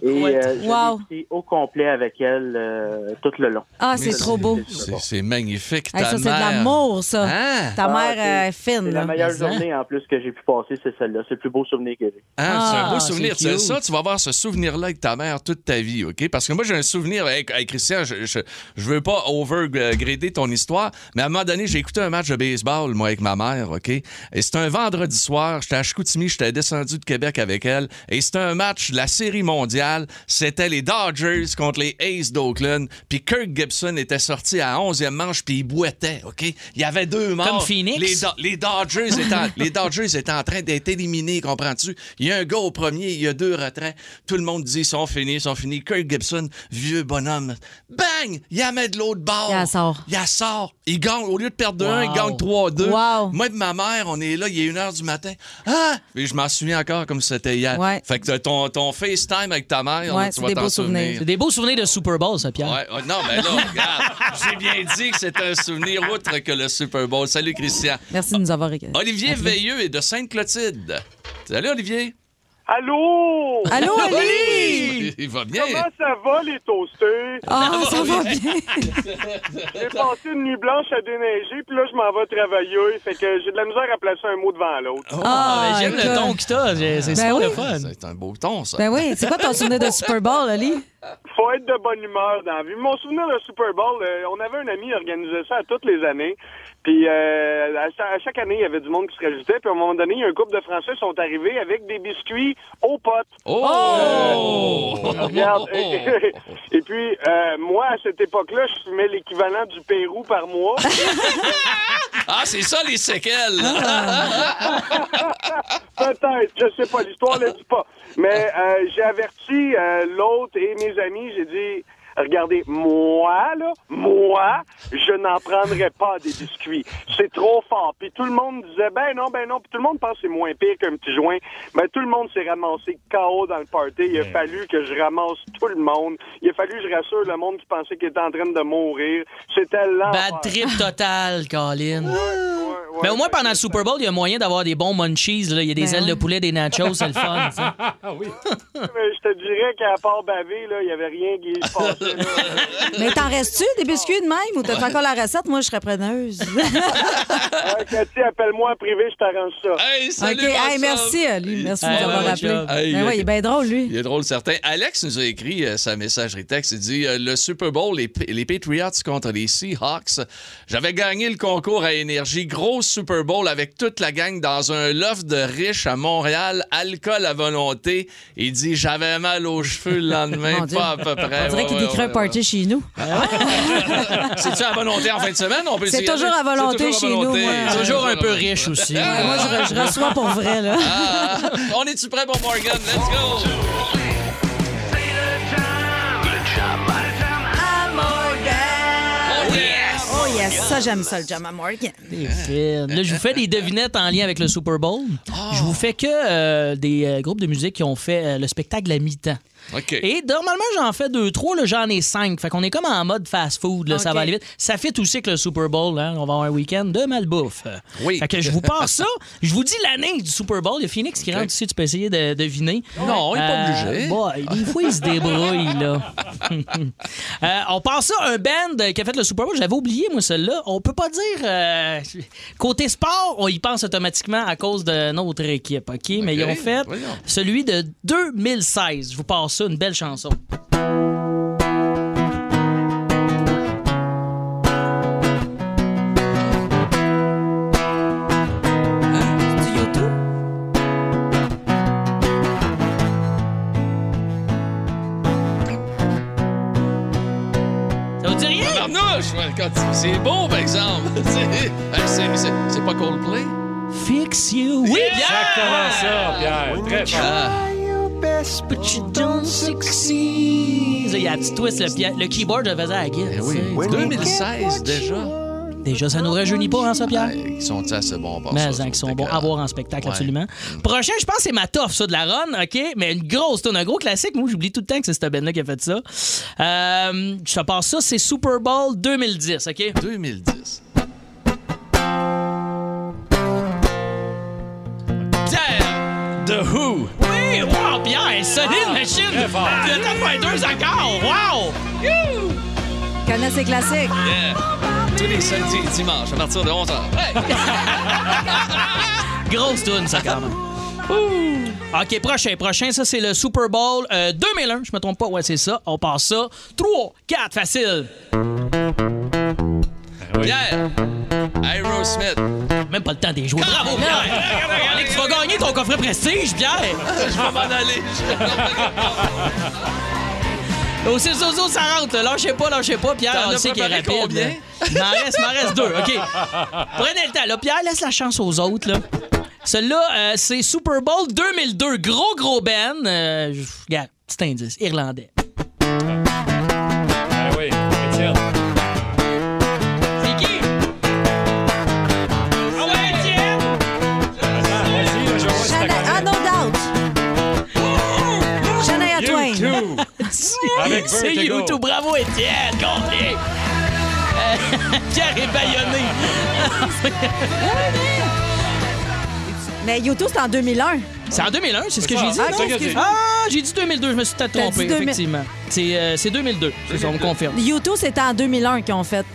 S10: Et euh, je l'ai
S4: Wow.
S10: écouté au complet avec elle euh, tout le long.
S4: ah, c'est trop beau.
S3: C'est- C'est magnifique.
S4: Hey,
S3: ta
S4: ça, c'est de
S3: mère.
S4: l'amour, ça.
S3: Hein?
S4: Ta
S10: Ah,
S4: mère
S10: c'est-
S4: euh, fine.
S10: C'est la
S4: là.
S10: meilleure
S5: mais, hein.
S10: journée en plus que j'ai pu passer, c'est celle-là. C'est le plus beau souvenir que j'ai.
S3: Hein, c'est un
S5: Ah,
S3: beau souvenir.
S5: c'est
S3: C'est
S5: cute.
S3: ça, tu vas avoir ce souvenir-là avec ta mère toute ta vie, OK? Parce que moi, j'ai un souvenir. Hey, hey, Christian, je, je, je veux pas overgrader ton histoire, mais à un moment donné, j'ai écouté un match de baseball, moi, avec ma mère, OK? Et c'était un vendredi soir. J'étais à Chicoutimi, j'étais descendu de Québec avec elle. Et c'était un match de la Série mondiale. C'était les Dodgers contre les Aces d'Oakland. Puis Kirk Gibson était sorti à 11e manche, puis il boitait, OK? Il y avait deux morts.
S5: Phoenix?
S3: Les Do- Ah, les Dodgers étaient en, les Dodgers étaient en train d'être éliminés, comprends-tu? Il y a un gars au premier, il y a deux retraits. Tout le monde dit, ils sont finis, ils sont finis. Kirk Gibson, vieux bonhomme, bang! Il la met de l'autre bord.
S4: Il la sort.
S3: Il la sort. Il gagne, au lieu de perdre 1,
S5: Wow.
S3: il gagne 3-2.
S4: Wow.
S3: Moi et ma mère, on est là, il est 1h du matin. Ah! Et je m'en souviens encore comme c'était hier.
S4: Ouais.
S3: Fait que ton, ton FaceTime avec ta mère,
S4: Ouais,
S3: tu
S4: c'est
S3: vas
S4: des
S3: t'en
S4: beaux souvenirs.
S3: souvenir.
S5: C'est des beaux souvenirs de Super Bowl, ça, Pierre.
S3: Ouais, ouais, non, mais là, regarde, j'ai bien dit que c'est un souvenir outre que le Super Bowl. Salut, Christian.
S4: Merci de nous avoir écoutés.
S3: Olivier Veilleux est de Sainte-Clotilde. Salut, Olivier.
S10: Allô?
S4: Allô, Ali!
S3: Il va bien.
S10: ça va, les toastés?
S4: Ah, ça va bien.
S10: J'ai passé une nuit blanche à déneiger, puis là, je m'en vais travailler. Fait que j'ai de la misère à placer un mot devant l'autre.
S3: Oh.
S5: Ah,
S4: Ah,
S5: mais j'aime le
S4: écoute.
S5: ton que t'as. J'ai- C'est
S4: Ben
S5: super le
S4: oui.
S5: fun.
S3: C'est un beau ton, ça.
S4: Ben oui, c'est quoi ton souvenir de Super Bowl, Ali?
S10: Faut être de bonne humeur dans la vie. Mon souvenir de Super Bowl, euh, on avait un ami qui organisait ça à toutes les années. Puis euh, à, cha- à chaque année, il y avait du monde qui se rajoutait. Puis à un moment donné, il y a un couple de Français qui sont arrivés avec des biscuits aux potes.
S3: Oh!
S10: Regarde. Et, et puis, euh, moi, à cette époque-là, je fumais l'équivalent du Pérou par mois.
S3: Ah, c'est ça, les séquelles.
S4: Ah.
S10: Peut-être, je sais pas, l'histoire ne le dit pas. Mais euh, j'ai averti euh, l'autre et mes amis, j'ai dit, regardez, moi, là, moi, je n'en prendrai pas des biscuits. C'est trop fort. Puis tout le monde disait, ben non, ben non. Puis tout le monde pense que c'est moins pire qu'un petit joint. Ben tout le monde s'est ramassé KO dans le party. Il a fallu que je ramasse tout le monde. Il a fallu que je rassure le monde qui pensait qu'il était en train de mourir. C'était l'enfer.
S5: Bad trip total, Colin.
S10: Ouais, ouais, ouais.
S5: Mais au moins, pendant le Super Bowl, il y a moyen d'avoir des bons munchies. là. Il y a des
S4: Ben
S5: ailes de
S4: oui.
S5: poulet, des nachos, c'est le fun. ça.
S6: Ah oui.
S10: Mais je te dirais qu'à part baver, là, il n'y avait rien qui se passait. là.
S4: Mais t'en restes-tu des biscuits de même ou t'as fait encore la recette? Moi, je serais preneuse.
S10: Ah, Cathy, appelle-moi en privé, je t'arrange ça.
S3: Hey,
S4: OK,
S3: salut, bonne
S4: hey,
S3: chance.
S4: merci, Ali. Merci de
S5: Hey,
S4: nous avoir
S5: bonne
S4: rappelé.
S5: job.
S3: Hey,
S4: Ben
S3: il-
S4: oui, il est bien drôle,
S3: Il
S4: lui.
S3: est drôle, certain. Alex nous a écrit euh, sa messagerie texte. Il dit euh, Le Super Bowl, les, P- les Patriots contre les Seahawks. J'avais gagné le concours à énergie. Gros Super Bowl avec toute la gang dans un loft de riches à Montréal. Alcool à volonté. Il dit J'avais mal aux cheveux le lendemain.
S4: Mon Dieu.
S3: pas à peu près.
S4: On dirait qu'il
S3: Ouais, ouais,
S4: décrit un
S3: ouais,
S4: party chez nous.
S3: ouais. C'est-tu à volonté en fin de semaine On peut
S4: C'est
S3: s'y
S4: toujours
S3: aller?
S4: à volonté
S3: C'est
S4: chez nous,
S3: volonté.
S4: moi.
S3: C'est
S5: Toujours un
S3: à
S5: peu
S3: volonté.
S5: riche aussi.
S4: Ouais, moi, je, re- je reçois pour vrai, là.
S3: Ah, ah. on est-tu prêt pour Morgan Let's go Oh yes
S4: Oh yes, ça, j'aime ça, le Jama Morgan.
S5: T'es fine. Là, je vous fais des devinettes en lien avec le Super Bowl. Je vous fais que euh, des euh, groupes de musique qui ont fait euh, le spectacle à mi-temps.
S3: OK.
S5: Et normalement, j'en fais deux, trois. là, J'en ai cinq. Fait qu'on est comme en mode fast-food. là, Ça
S3: OK.
S5: va aller vite. Ça fit aussi que le Super Bowl. hein. On va avoir un week-end de malbouffe.
S3: Oui.
S5: Fait que je vous passe ça. Je vous dis l'année du Super Bowl. Il y a Phoenix qui rentre ici. Tu peux essayer de deviner. Euh,
S3: Non, il est pas obligé.
S5: boy, Ah, des fois, il se débrouille. Là. Euh, on passe ça à un band euh, qui a fait le Super Bowl. J'avais oublié, moi, celle-là. On peut pas dire. euh, côté sport, on y pense automatiquement à cause de notre équipe. OK? Mais ils ont fait
S3: voyons.
S5: celui de 2016. Je vous passe ça, une belle chanson. Ça vous dit rien?
S3: Tabarnouche, ouais, quand- C'est beau, par exemple. C'est- C'est c'est- c'est pas Coldplay?
S5: Fix you. Oui,
S3: Yeah!
S5: Pierre!
S3: Exactement
S6: ça, Pierre. Très fort.
S3: Ah,
S5: But you don't succeed. Il y a un petit twist, le, pia- le keyboard, je le faisais à la guide.
S3: eh oui. 2016 déjà.
S5: Déjà, ça nous rajeunit pas, hein, ça, Pierre?
S3: Ah, Ils sont assez bons pour
S5: Mais
S3: ça.
S5: hein, qui sont bons
S3: écœurants.
S5: à voir en spectacle,
S3: Ouais.
S5: absolument. Prochain, je pense, c'est ma toffe, ça, de la run, OK? Mais une grosse tonne, un gros classique. Moi, j'oublie tout le temps que c'est cette band-là qui a fait ça. Euh, je te passe ça, c'est Super Bowl 2010, OK?
S3: 2010. Damn! The Who!
S5: Oui! Wow, Pierre, solide machine!
S6: Ah, très fort.
S5: Le temps de faire deux accords! Wow!
S4: Connais ses classiques.
S3: Yeah! Tous les samedis et dimanches à partir de 11h.
S5: Grosse tune, ça, quand même. Ouh. OK, prochain, prochain. Ça, c'est le Super Bowl euh, 2001. Je me trompe pas. Ouais, c'est ça. On passe ça. 3, 4, facile.
S3: Yeah! Aerosmith!
S5: Même pas le temps des jouer. Bravo, Pierre! Alex, tu vas gagner ton coffret prestige, Pierre!
S3: Je vais m'en aller!
S5: Au 6 zozo, ça rentre. là. Lâchez pas, lâchez pas. Pierre,
S3: T'en
S5: on le
S3: as
S5: sait qu'il est
S3: préparé
S5: rapide.
S3: combien?
S5: là. Il m'en reste, il m'en reste deux. OK. Prenez le temps. Là, Pierre, laisse la chance aux autres. Là. Celui-là, euh, c'est Super Bowl 2002. Gros, gros Ben. Euh, je- regarde, petit indice. Irlandais.
S6: Ah oui, Étienne.
S5: C'est qui? Ah ouais, Étienne!
S6: Attends, vas-y, là, je vois si t'as
S4: Shania- Ah,
S6: gagné.
S4: no doubt. Shania Twain.
S6: You
S5: Ah,
S6: too. Avec
S5: C'est
S6: Vertigo.
S5: YouTube. Bravo, Étienne. Compris. Euh, Pierre est baïonné.
S4: Mais YouTube, c'est en 2001.
S5: C'est en 2001, c'est ce que
S6: C'est ça,
S5: j'ai dit.
S4: Ah,
S6: c'est ça
S5: non?
S6: que
S4: non,
S6: j'ai dit.
S4: excuse-moi.
S5: Ah, j'ai dit 2002, je me suis peut-être
S4: T'as
S5: trompé,
S4: dit 2000.
S5: effectivement. C'est euh, c'est 2002, c'est ça, on me confirme.
S4: YouTube, c'était en 2001 qu'ils ont fait.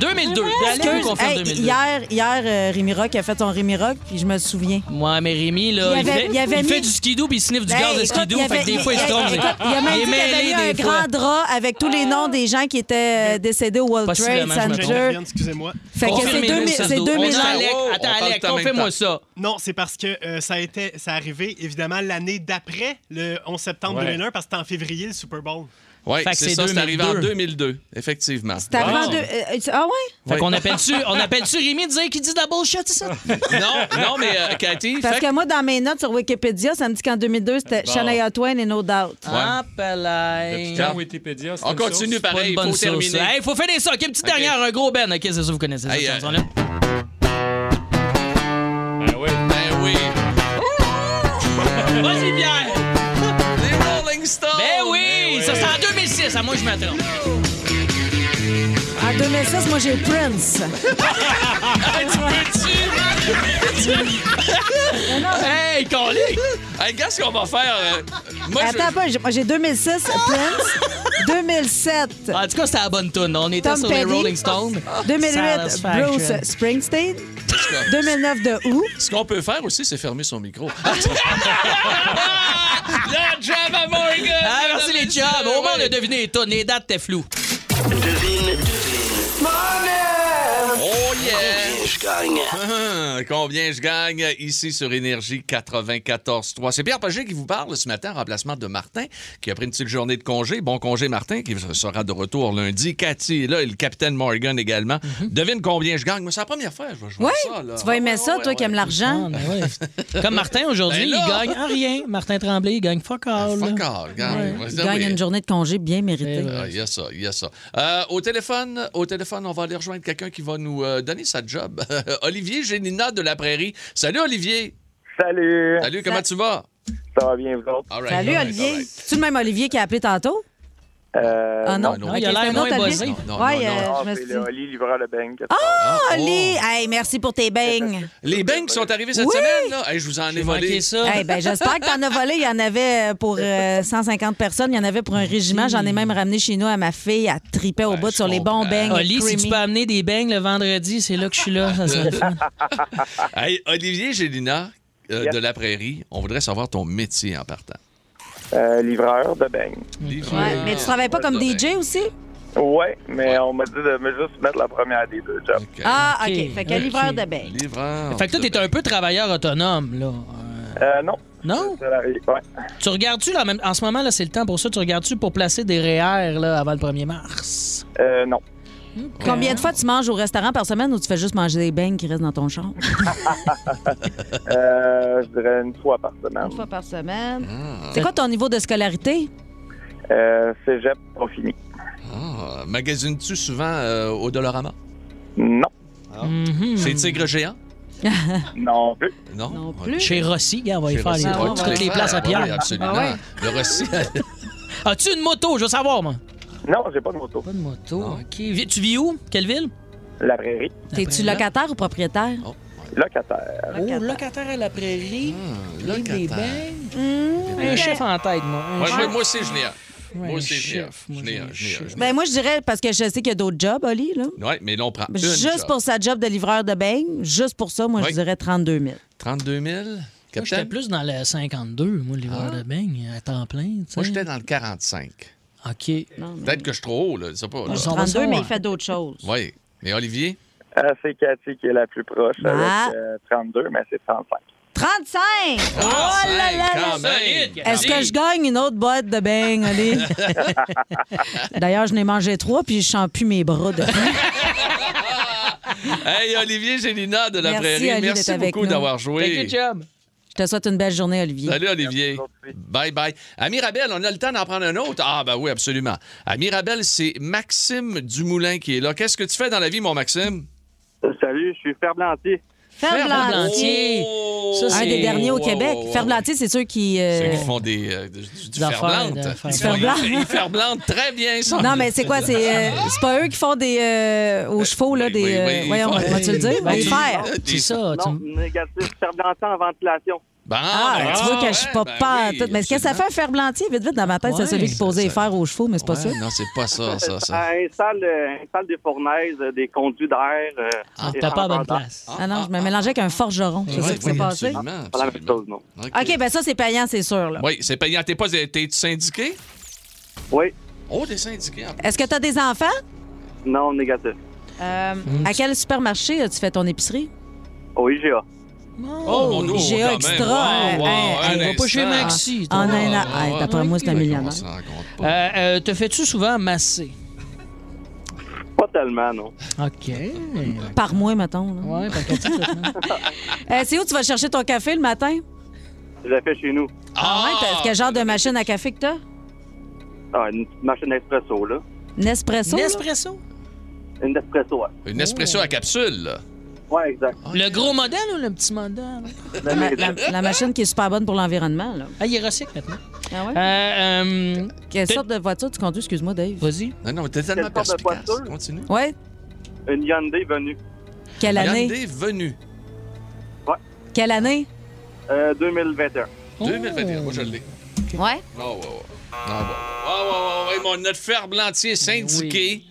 S5: 2002, allez, on me
S4: Ah, Excuse,
S5: confirme
S4: hey,
S5: 2002.
S4: hier, hier euh, Rémi Rock a fait son Rémi Rock, puis je me souviens.
S5: Moi, mais Rémi, là,
S4: Il
S5: il,
S4: avait-
S5: fait,
S4: il avait
S5: il fait
S4: mis-
S5: du skidoo puis il sniffe du
S4: Ben,
S5: gaz de
S4: écoute,
S5: skidoo,
S4: il avait-
S5: fait que des fois, il se
S4: il-
S5: trompe.
S4: écoute, Il a même
S5: Il est
S4: dit qu'il
S5: mêlé
S4: avait eu un
S5: des fois.
S4: grand drap avec tous les noms des gens qui étaient euh, décédés au World Trade
S5: Possiblement, je me trompe.
S4: Center.
S11: excusez-moi.
S4: Fait que c'est
S5: Confirmez-nous,
S4: 2000
S5: 16
S4: c'est
S5: douze. On
S4: 2001.
S5: est à
S3: Oh,
S5: Alex.
S3: on
S5: Attends,
S3: parle
S5: Alex,
S3: en même
S5: confirme-moi
S3: temps.
S5: ça.
S11: Non, c'est parce que euh, ça a été, ça est arrivé évidemment l'année d'après le 11 septembre
S6: Ouais.
S11: 2001 parce que c'était en février le Super Bowl.
S3: Oui,
S5: Fait que
S3: c'est
S5: c'est
S3: ça, c'est arrivé en
S5: 2002.
S3: 2002, effectivement.
S4: C'est arrivé en
S6: Wow.
S4: deux- euh, tu- Ah ouais?
S5: Fait
S3: Oui.
S5: qu'on appelle-tu on appelle-tu Rémi dire qu'il dit de la bullshit, c'est ça?
S3: Non, non, mais euh, Cathy,
S4: Parce
S3: fait
S4: que moi, dans mes notes sur Wikipédia, ça me dit qu'en 2002, c'était
S6: Bon.
S4: Shania Twain et No Doubt.
S5: Ah, palais.
S6: Quand Wikipédia, c'est
S3: Ah. on
S6: une
S3: continue
S6: source.
S5: Pas
S3: pareil,
S5: une
S3: il faut
S5: bonne source.
S3: terminer.
S5: Hey, faut finir ça. OK, une petite dernière, un gros Ben. OK, c'est ça, vous connaissez cette
S3: Hey, euh,
S5: chanson-là.
S6: Ah oui.
S3: Ben oui.
S5: Vas-y, Pierre.
S4: Oh.
S3: Les Rolling Stones!
S5: Ben oui, ça c'est en 2006, à moi je me trompe.
S4: En 2006, moi, j'ai Prince.
S3: Ben
S5: Hey, collé!
S3: Hey, qu'est-ce qu'on va faire? euh, moi, je-
S4: Attends pas, j'ai- moi, j'ai 2006, Prince. 2007,
S5: En tout cas, c'était la bonne tune. On était
S4: Tom
S5: sur les
S4: Petty.
S5: Rolling Stones.
S4: 2008,
S5: Satisfaction.
S4: Bruce Springsteen. 2009, de Who.
S3: Ce qu'on peut faire aussi, c'est fermer son micro. Le jam à Morgan!
S5: Ah, merci les
S3: messieurs,
S5: chums. Au moins, on
S3: ouais.
S5: a deviné les tunes. Les dates étaient floues.
S3: Oh yeah!
S2: Je gagne.
S3: Ah, Combien je gagne ici sur Énergie 94.3. C'est Pierre Pagé qui vous parle ce matin en remplacement de Martin, qui a pris une petite journée de congé. Bon congé, Martin, qui sera de retour lundi. Cathy est là et le capitaine Morgan également. Devine combien je gagne. Moi, c'est la première fois que je vais jouer
S4: Oui,
S3: à ça. là.
S4: Mm-hmm. tu vas aimer
S3: Ouais,
S4: ça,
S3: ouais,
S4: toi
S3: ouais,
S4: qui aimes l'argent.
S5: Ah, Comme Martin aujourd'hui,
S3: Ben là. Ben,
S5: il gagne en rien. Martin Tremblay, il gagne fuck all.
S3: Fuck all, gagne.
S4: Tu gagnes une journée de congé bien méritée.
S3: Ah, Il y a ça, il y a ça. Euh, au, téléphone, au téléphone, on va aller rejoindre quelqu'un qui va nous euh, donner sa job. Olivier Génina de la Prairie. Salut, Olivier.
S10: Salut.
S3: Salut, comment tu vas?
S10: Ça va bien, vous autres?
S3: Ben,
S4: Salut, Olivier. C'est-tu le même Olivier qui a appelé tantôt?
S10: Euh,
S4: Ah non, Ok, c'est un autre Olivier. Ouais, euh,
S10: Ah,
S4: je me suis
S10: c'est
S4: dit-
S10: le Oli, livreur de bang.
S4: Ah, Oli! Hey, merci pour tes beignes.
S3: Oh, Les beignes qui sont arrivés cette
S4: Oui.
S3: semaine, là, hey, je vous en ai volé.
S5: Oh.
S4: Eh ben, j'espère que t'en as volé. Il y en avait pour euh, 150 personnes. Il y en avait pour un régiment. J'en ai même ramené chez nous à ma fille. Elle tripait au bout sur les bons beignes.
S5: Oli, si
S4: creamy.
S5: tu peux amener des beignes le vendredi, c'est là que je suis là. Ça serait le fun.
S10: Ah,
S3: Hey, Olivier Gélina euh, de La Prairie, on voudrait savoir ton métier en partant.
S10: Euh, livreur de bang.
S4: Ouais, mais tu travailles pas comme DJ aussi?
S10: Ouais, mais on m'a dit de me juste mettre la première des deux jobs.
S4: Ah, OK. Fait que
S5: Ok.
S4: livreur de beignes.
S3: Livreur.
S5: Fait que toi, t'es un peu travailleur autonome, là.
S10: Euh, non.
S5: Non? Tu regardes-tu, là, en même- en ce moment, là, c'est le temps pour ça, tu regardes-tu pour placer des REER, là, avant le 1er mars?
S10: Euh, non.
S4: Combien de fois tu manges au restaurant par semaine ou tu fais juste manger des beignes qui restent dans ton champ?
S10: Euh, je dirais une fois par semaine.
S4: Une fois par semaine.
S3: Ah.
S4: C'est quoi ton niveau de scolarité?
S10: Euh, cégep, on finit.
S3: Ah, magasines-tu souvent euh, au Dollarama?
S10: Non.
S5: Hmm.
S3: C'est Tigre Géant?
S10: Non plus.
S3: Non,
S5: plus. Chez Rossi, gars, on va y
S3: Chez
S5: faire les
S3: Rossi, Ah, on va
S5: toutes,
S3: toutes
S5: les places à
S3: faire,
S5: Pierre.
S3: oui, absolument.
S5: Ah ouais.
S3: Le Rossi.
S5: As-tu une moto? Je veux savoir, moi.
S10: Non, j'ai pas de moto.
S5: Pas de moto, OK. Vi- Tu vis où? Quelle ville?
S10: La prairie.
S3: Ah,
S4: T'es-tu
S3: ben
S4: locataire ou propriétaire?
S10: Locataire.
S5: Oh, locataire à la prairie. Livre des
S3: Ah, locataire.
S5: beignes. Un chef en tête, moi. Un
S3: Ouais, moi,
S5: chef.
S3: moi aussi, je n'ai un.
S5: Ouais,
S3: Moi aussi, je n'ai un.
S5: chef,
S3: Je n'ai un. Je n'ai un.
S4: Ben moi, je dirais, parce que je sais qu'il y a d'autres jobs, Oli, là.
S3: Oui, mais là, on prend une
S4: Juste
S3: job.
S4: pour sa job de livreur de beignes, juste pour ça, moi,
S3: Oui.
S4: je dirais 32 000.
S3: 32 000?
S5: Moi, j'étais
S3: Capitaine? Ah.
S5: plus dans le 52, moi, l'hiver de beigne, à temps plein. tu sais.
S3: Moi, j'étais dans le 45.
S5: OK.
S3: Peut-être que je suis trop haut, là. Je sais pas.
S4: Moi,
S3: là.
S4: je suis 32, mais il fait d'autres choses.
S3: Oui. Mais Olivier?
S10: Euh, c'est Cathy qui est la plus proche
S4: Ah.
S10: avec euh, 32, mais c'est 35.
S4: 35! Oh là là là!
S3: quand même!
S4: Est-ce que je gagne une autre boîte de beignes, Oli? D'ailleurs, je n'ai mangé trois, puis je sens plus mes bras depuis.
S3: Hey, Olivier Gélina de La
S4: Merci,
S3: Prairie,
S4: Oli, d'être
S3: merci
S4: avec
S3: beaucoup
S4: nous.
S3: d'avoir joué.
S4: Je te souhaite une belle journée, Olivier.
S3: Salut Olivier. Bye bye. À Mirabel, on a le temps d'en prendre un autre? Ah ben oui, absolument. À Mirabel, c'est Maxime Dumoulin qui est là. Qu'est-ce que tu fais dans la vie, mon Maxime?
S12: Salut, je suis Ferblantier.
S4: Ferblantier.
S5: Oh!
S3: Ça,
S4: un
S3: c'est-
S4: des derniers au
S3: Wow,
S4: Québec.
S3: wow, wow.
S4: Ferblantier, c'est ceux qui. euh,
S3: Oh. Ceux qui font des, euh, du, du
S5: Des
S3: fer
S5: affaires,
S3: blante.
S5: des affaires.
S3: Ils
S5: Du
S3: font-
S4: fer blanc.
S3: Ils, ils fer blantent très bien ça.
S4: Non, mais c'est quoi? C'est euh, c'est pas eux qui font des. euh, aux chevaux, là, des.
S3: oui,
S4: euh,
S3: oui, ils
S4: voyons,
S3: font-
S4: vas-tu le dire?
S3: Ben,
S4: Des
S3: tu-
S4: fers.
S5: Ah,
S3: C'est ça,
S12: Non, négatif. Ferblantier en ventilation.
S3: Ben,
S4: Ah,
S3: ben,
S4: tu vois que je suis pas
S3: ben
S4: pas
S3: oui,
S4: tout. Mais qu'est-ce que ça fait un ferblantier? Vite, vite, dans ma tête,
S3: Ouais,
S4: c'est celui qui posait les fers aux chevaux, mais c'est pas ça.
S3: Ouais, Non, c'est pas ça, Ah, ça, ça.
S12: Euh, Installe, euh, installe des fournaises, euh, des conduits d'air. euh,
S5: Ah,
S12: des rentendeurs.
S4: Ah non, je me mélangeais avec un forgeron. C'est
S3: Ouais,
S4: ça qui
S3: oui,
S4: s'est passé.
S3: absolument,
S12: Pas la même chose, non.
S4: OK, ben ça, c'est payant, c'est sûr. là.
S3: Oui, c'est payant. T'es pas t'es syndiqué?
S12: Oui.
S3: Oh, t'es syndiqué. en-
S4: Est-ce que tu as des enfants?
S12: Non, négatif.
S4: Euh, À quel supermarché euh, tu fais ton épicerie?
S12: Au IGA.
S3: Oh, mon
S4: IGA
S3: quand même.
S4: extra.
S3: Wow, wow, un
S5: hein. va pas
S3: instant.
S5: chez Maxi,
S4: En
S5: toi.
S4: un an.
S5: Ah,
S4: Hey, D'après moi, c'est un
S5: ok.
S4: millionnaire.
S5: Euh, euh, te fais-tu souvent masser?
S12: Pas tellement, non.
S5: OK.
S4: Par mois, mettons. là.
S5: Ouais, par quatre
S4: Euh, c'est où tu vas chercher ton café le matin?
S12: Je l'ai fait chez nous.
S4: Ah, ouais, t'as- quel genre de machine à café que t'as?
S12: Ah, une petite machine espresso, là.
S4: Nespresso? là?
S5: Nespresso?
S12: Une espresso, ouais.
S3: Une espresso à capsule, là.
S12: Ouais, exact.
S5: Le gros modèle ou le petit modèle?
S4: La, ma- la- la machine qui est super bonne pour l'environnement. là.
S5: Ah, il est recycle maintenant.
S4: Ah ouais?
S5: Euh, euh,
S4: Quelle
S5: t'es-
S4: sorte de voiture tu conduis? Excuse-moi, Dave.
S5: Vas-y.
S3: Non, non, mais t'es tellement
S12: Quelle sorte de
S3: perspicace.
S12: voiture?
S3: Continue.
S4: Ouais?
S12: Une Hyundai venue.
S4: Quelle année?
S3: Hyundai venu.
S4: Quelle année?
S12: Euh, 2021.
S4: Oh.
S3: 2021, moi je l'ai.
S4: Ouais?
S3: Non, Ah, ouais, ouais. Non, ouais, ouais, ouais, ouais, ouais, mon- notre
S4: Ben
S3: fer blantier syndiqué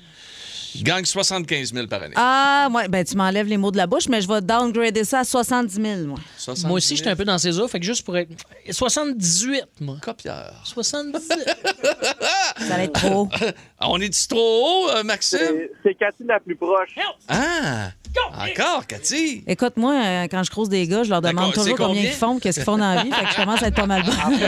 S3: gagne 75 000 par année.
S4: Ah, ouais, ben tu m'enlèves les mots de la bouche, mais je vais downgrader ça à 70 000, moi.
S3: 70
S5: Moi aussi, j'étais un peu dans ses eaux, fait que juste pour être. 78, moi.
S3: Copieur.
S5: 78.
S4: Ça va être trop.
S3: Ah, On est-tu trop haut, euh, Maxime?
S12: C'est c'est Cathy la plus proche.
S3: Ah! Encore, Cathy?
S4: Écoute, moi, euh, quand je croise des gars, je leur demande
S3: D'accord, c'est
S4: toujours combien,
S3: combien?
S4: ils font, qu'est-ce qu'ils font dans la vie, fait que je commence à être pas mal
S13: Ah,
S4: bonne.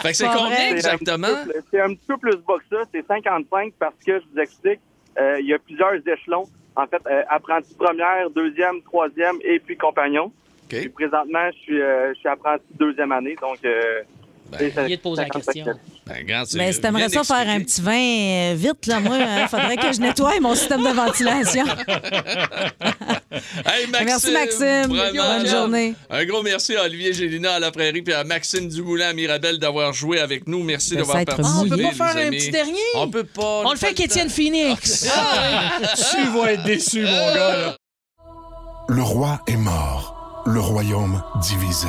S3: Fait que c'est
S4: Pas
S3: combien
S4: vrai.
S3: exactement?
S12: C'est un petit peu plus bas que ça. C'est 55 parce que, je vous explique, euh, il y a plusieurs échelons. En fait, euh, apprenti première, deuxième, troisième et puis compagnon.
S3: OK.
S12: Puis présentement, je suis, euh, je suis apprenti deuxième année. Donc, euh,
S5: J'ai oublié de poser Ben, la question.
S3: Ben, regarde, c'est
S4: Mais si t'aimerais
S3: bien
S4: ça faire un petit vin euh, vite, là, moi, il faudrait que je nettoie mon système de ventilation.
S3: Hey, Maxime,
S4: Merci, Maxime.
S3: Vraiment,
S4: Bonne
S3: Jean.
S4: journée.
S3: Un gros merci à Olivier Gélina à la Prairie puis à Maxime Dumoulin à Mirabel d'avoir joué avec nous. Merci
S4: Ben,
S5: Ça
S3: d'avoir
S5: être
S3: participé.
S5: mou. Ah, On peut pas
S3: les
S5: faire un
S3: amis.
S5: petit dernier?
S3: On peut Ah, pas.
S5: On le fait avec Étienne Phoenix. Ah!
S3: Tu vas être déçu, mon gars. Là.
S9: Le roi est mort, le royaume divisé.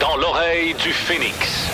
S2: Dans l'oreille du phénix.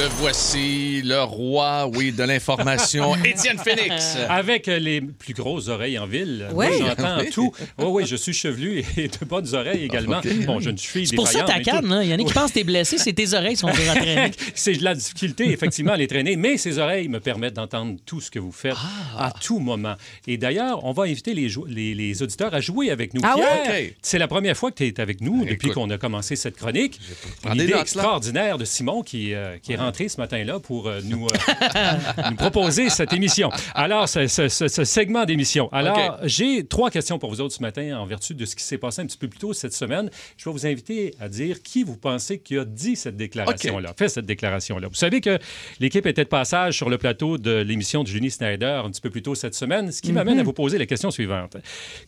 S3: Le voici, le roi, oui, de l'information. Étienne Phoenix.
S6: Avec euh, les plus grosses oreilles en ville.
S3: Oui.
S6: Moi, j'entends
S3: Oui.
S6: tout. Oui, oui, je suis chevelu et de bonnes oreilles également.
S5: Ah, Ok.
S6: Bon, je ne suis
S5: C'est pour ça ta canne, hein. là. Il y en a qui pensent que t'es blessé, c'est tes oreilles qui sont rentraînées.
S6: C'est de la difficulté, effectivement, à les traîner, mais ces oreilles me permettent d'entendre tout ce que vous faites
S3: Ah.
S6: à tout moment. Et d'ailleurs, on va inviter les, jou- les- les auditeurs à jouer avec nous.
S3: Ah
S6: Pierre,
S3: ouais? Ok. Ben,
S6: c'est la première fois que tu es avec nous depuis qu'on a commencé cette chronique.
S3: prendre des
S6: L'idée
S3: notes, là.
S6: extraordinaire de Simon qui, euh, qui est rentré ce matin-là pour euh, nous, euh, nous proposer cette émission. Alors, ce, ce- ce- ce segment d'émission. Alors,
S3: Ok.
S6: j'ai trois questions pour vous autres ce matin en vertu de ce qui s'est passé un petit peu plus tôt cette semaine. Je vais vous inviter à dire qui vous pensez qui a dit cette déclaration-là, fait cette déclaration-là. Vous savez que l'équipe était de passage sur le plateau de l'émission de Julie Snyder un petit peu plus tôt cette semaine, ce qui m'amène
S11: Mhm.
S6: à vous poser la question suivante.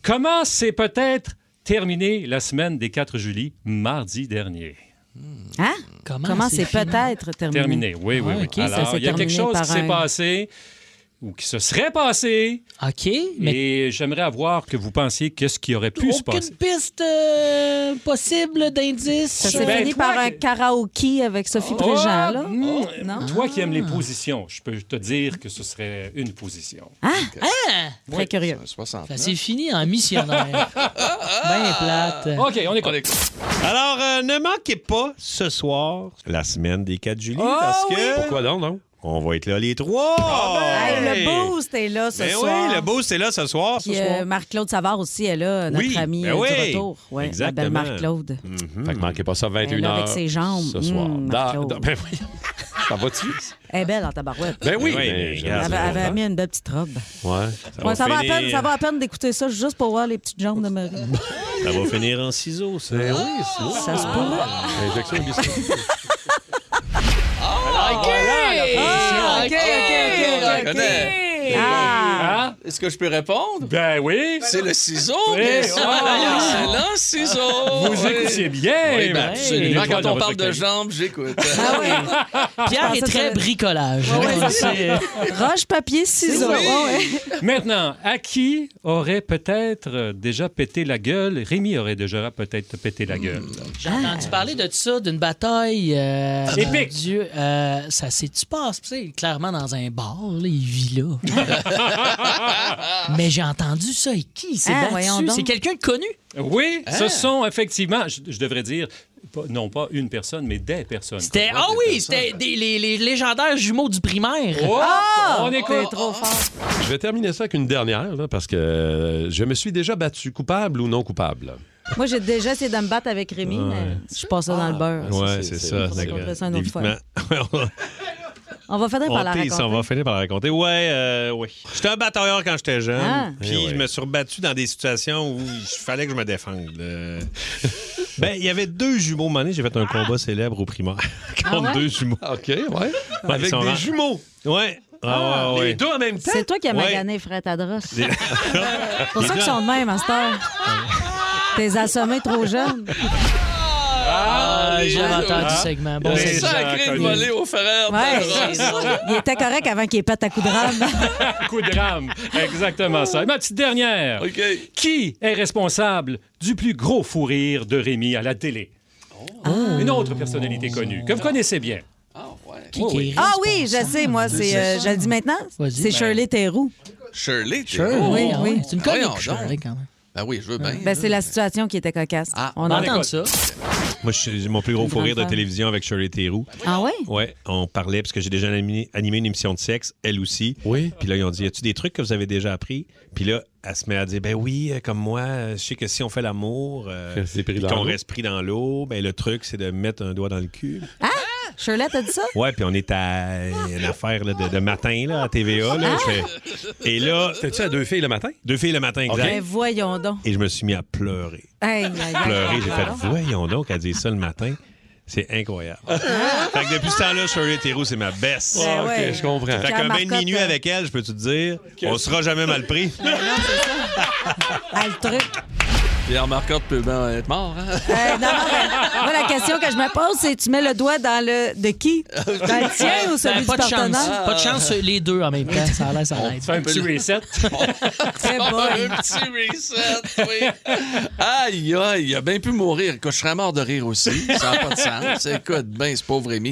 S6: Comment s'est peut-être terminée la semaine des 4 juillet mardi dernier?
S4: Hein?
S5: Comment,
S4: c'est peut-être terminé?
S6: Terminé, oui, oui,
S4: Ah,
S6: oui.
S4: OK, ça
S6: Alors,
S4: s'est
S6: il y a quelque
S4: terminé
S6: chose
S4: par
S6: qui s'est
S4: un-
S6: passé ou qui se serait passé.
S5: OK,
S6: Et j'aimerais avoir que vous pensiez qu'est-ce qui aurait pu se passer.
S5: Aucune piste euh, possible d'indice.
S4: Ça
S13: Ben,
S4: s'est fini par un karaoké avec Sophie
S6: Oh,
S4: Préjean, là.
S13: hmm.
S6: mm,
S4: Non?
S6: Toi qui aimes les positions, je peux te dire que ce serait une position.
S5: Hein?
S6: Très Oui.
S4: curieux.
S5: Ça s'est Ben, fini en missionnaire. ben plate.
S4: Euh.
S6: OK, on est
S13: Alors, euh, ne manquez pas ce soir la semaine des 4 juillet
S5: Oh
S4: Ah
S13: parce que.
S4: oui!
S13: Pourquoi donc, non? On va être là les trois!
S4: Hey, le boost est là ce
S13: Oh, Ben
S4: soir.
S13: oui, le beau, c'est là ce soir.
S4: Puis,
S13: ce
S4: euh,
S13: soir.
S4: Marc-Claude Savard aussi est là, notre
S13: Oui,
S4: ami
S13: ben
S4: euh,
S13: oui.
S4: du retour. Ouais, la belle
S13: Exactement.
S4: Marc-Claude.
S13: Fait que manquez pas ça
S4: Elle
S13: 21
S4: est là
S13: heures.
S4: avec ses jambes.
S13: Ce soir.
S4: Hum,
S13: Dans-
S4: Marc-Claude.
S13: dans- ben oui. Ça va-tu?
S4: Elle est belle en tabarouette.
S13: Ben oui, mais
S4: Elle
S13: regarde,
S4: avait,
S13: ça
S4: avait
S13: va.
S4: mis une belle petite robe.
S13: Ouais.
S4: Ouais, Ça, va, à peine, ça va à peine d'écouter ça juste pour voir les petites jambes de Marie.
S13: Ça va finir en ciseaux, ça. Ben oui,
S4: Ça se pourrait.
S13: Injection de biscuit.
S3: OK!
S4: Ah, OK, OK, OK, OK. Ah.
S3: Est-ce que je peux répondre?
S6: Ben oui.
S3: C'est le ciseau,
S6: Oui.
S3: bien sûr.
S6: Ah.
S3: Excellent ciseau.
S6: Vous
S3: Oui.
S6: écoutiez bien.
S3: Oui,
S6: Oui.
S3: ben, absolument.
S6: Une
S3: Quand
S6: étoile dans
S3: on parle
S6: votre
S3: de
S6: cahier.
S3: jambes, j'écoute.
S5: Ah Pierre
S4: Je pensais
S5: est
S4: que
S5: très
S4: ça-
S5: bricolage.
S4: Ouais, ouais,
S5: On le
S4: c'est-
S5: sait.
S4: Roche, papier, ciseaux.
S5: Oui.
S4: Ouais, ouais.
S6: Maintenant, à qui aurait peut-être euh, déjà pété la gueule? Rémi aurait déjà peut-être pété
S3: Hmm.
S6: la gueule.
S5: J'ai entendu parler de ça, d'une bataille. euh,
S6: Épique.
S5: mon Dieu, euh, ça s'est-tu passé? Clairement dans un bar, là, il vit là. Mais j'ai entendu ça. Et qui s'est
S4: Ah, voyons
S5: battu?
S4: donc.
S5: C'est quelqu'un de connu?
S6: Oui,
S5: Ah.
S6: ce sont effectivement, je, je devrais dire, pas- non pas une personne, mais des personnes.
S5: C'était, ah oui, c'était des- les, les légendaires jumeaux du primaire.
S6: Oh,
S5: Ah!
S6: on écoute.
S4: trop fort.
S13: Je vais terminer ça avec une dernière, là, parce que euh, je me suis déjà battu, coupable ou non coupable.
S4: Moi, j'ai déjà essayé de me battre avec Rémi, mais je passais dans le beurre.
S13: ouais, c'est ça.
S4: On racontera ça une autre fois.
S13: Évidemment.
S4: On va finir par la
S13: On tease,
S4: raconter.
S13: on va finir par la raconter. Ouais, euh, oui. J'étais un batailleur quand j'étais jeune.
S4: Ah.
S13: Puis je me suis rebattu dans des situations où il fallait que je me défende. Euh, ben, il y avait deux jumeaux. Mané, j'ai fait un
S6: Ah.
S13: combat célèbre au primaire
S4: Ah
S13: contre
S4: ouais?
S13: deux jumeaux. OK, ouais.
S7: Avec des
S13: jumeaux. Ouais. Ah, ouais, ouais.
S7: en même
S4: C'est toi qui as
S13: Ouais.
S4: magané Fred Adros.
S13: Les-
S4: C'est pour
S13: Les
S4: ça qu'ils
S13: deux-
S4: sont de même, à cette heure. T'es assommé trop jeune.
S5: Ah,
S3: les
S5: j'avais
S3: gens-
S5: entendu
S3: Ah.
S5: ce segment. Bon,
S3: Les
S5: c'est
S3: gens
S5: sacré
S3: connus. volée au Ferrer.
S4: Ouais, il était correct avant qu'il pète à coup de rame.
S6: Coup de rame. Exactement ça. Et ma petite dernière.
S3: OK.
S6: Qui est responsable du plus gros fou rire de Rémi à la télé? Une
S13: Ah.
S6: autre personnalité connue que vous connaissez bien.
S5: Qui,
S6: Oui,
S5: qui
S6: oui.
S5: est
S4: Ah oui, je sais, moi, c'est, euh, je le dis maintenant, c'est Shirley Theroux.
S3: Shirley, t'es
S4: Shirley,
S3: beau.
S4: oui, Ah oui.
S5: C'est une
S3: Voyons
S5: comique, Shirley,
S3: donc.
S5: quand même.
S3: Ben oui, je veux bien.
S4: Ben, c'est la situation qui était cocasse.
S3: Ah,
S4: on
S3: on
S4: entend
S3: écoute.
S4: ça.
S13: Moi, je suis- mon plus gros fou rire de télévision avec Shirley Theroux.
S4: Ah ouais?
S13: Ouais, on parlait, parce que j'ai déjà animé, animé une émission de sexe, elle aussi. Oui. Puis là, ils ont dit, y a-tu des trucs que vous avez déjà appris? Puis là, elle se met à dire, ben oui, euh, comme moi, euh, je sais que si on fait l'amour, euh,
S14: Que c'est pris
S13: puis
S14: dans
S13: qu'on
S14: l'eau.
S13: reste pris dans l'eau, ben le truc, c'est de mettre un doigt dans le cul.
S4: Shirley, t'as dit ça?
S13: Ouais, puis on est à une affaire là, de, de matin là, à TVA. Là, Je fais- Et là... T'as-tu à deux filles le matin? Deux filles le matin, exact.
S4: Ben voyons donc.
S13: Et je me suis mis à pleurer.
S4: Hey, aïe, aïe, aïe.
S13: Pleurer, j'ai fait voyons donc, elle dit ça le matin. C'est incroyable. fait que depuis ce temps-là, Shirley Theroux, c'est ma best.
S4: Ah. Ouais, Ah, ok, ouais. je comprends.
S13: Fait
S4: Quand
S13: qu'un bain de
S4: Marcotte,
S13: minuit
S4: euh,
S13: avec elle, je peux-tu te dire, on sera jamais mal pris.
S4: Ah, le truc.
S3: Pierre Marcotte peut bien être mort. Hein?
S4: Euh, non, non, mais moi, la question que je me pose, c'est tu mets le doigt dans le. de qui? Dans le tien ou celui
S5: Ben, pas
S4: du
S5: de chance.
S4: partenaire?
S5: Pas de chance, les deux en même temps. Ça a l'air, ça a l'air.
S6: Fais un petit reset.
S4: Très
S3: Oh,
S4: bonne.
S3: un petit reset, oui. Aïe, aïe, il a bien pu mourir. que je serais mort de rire aussi. Ça n'a pas de sens. Écoute, ben, ce pauvre Rémi.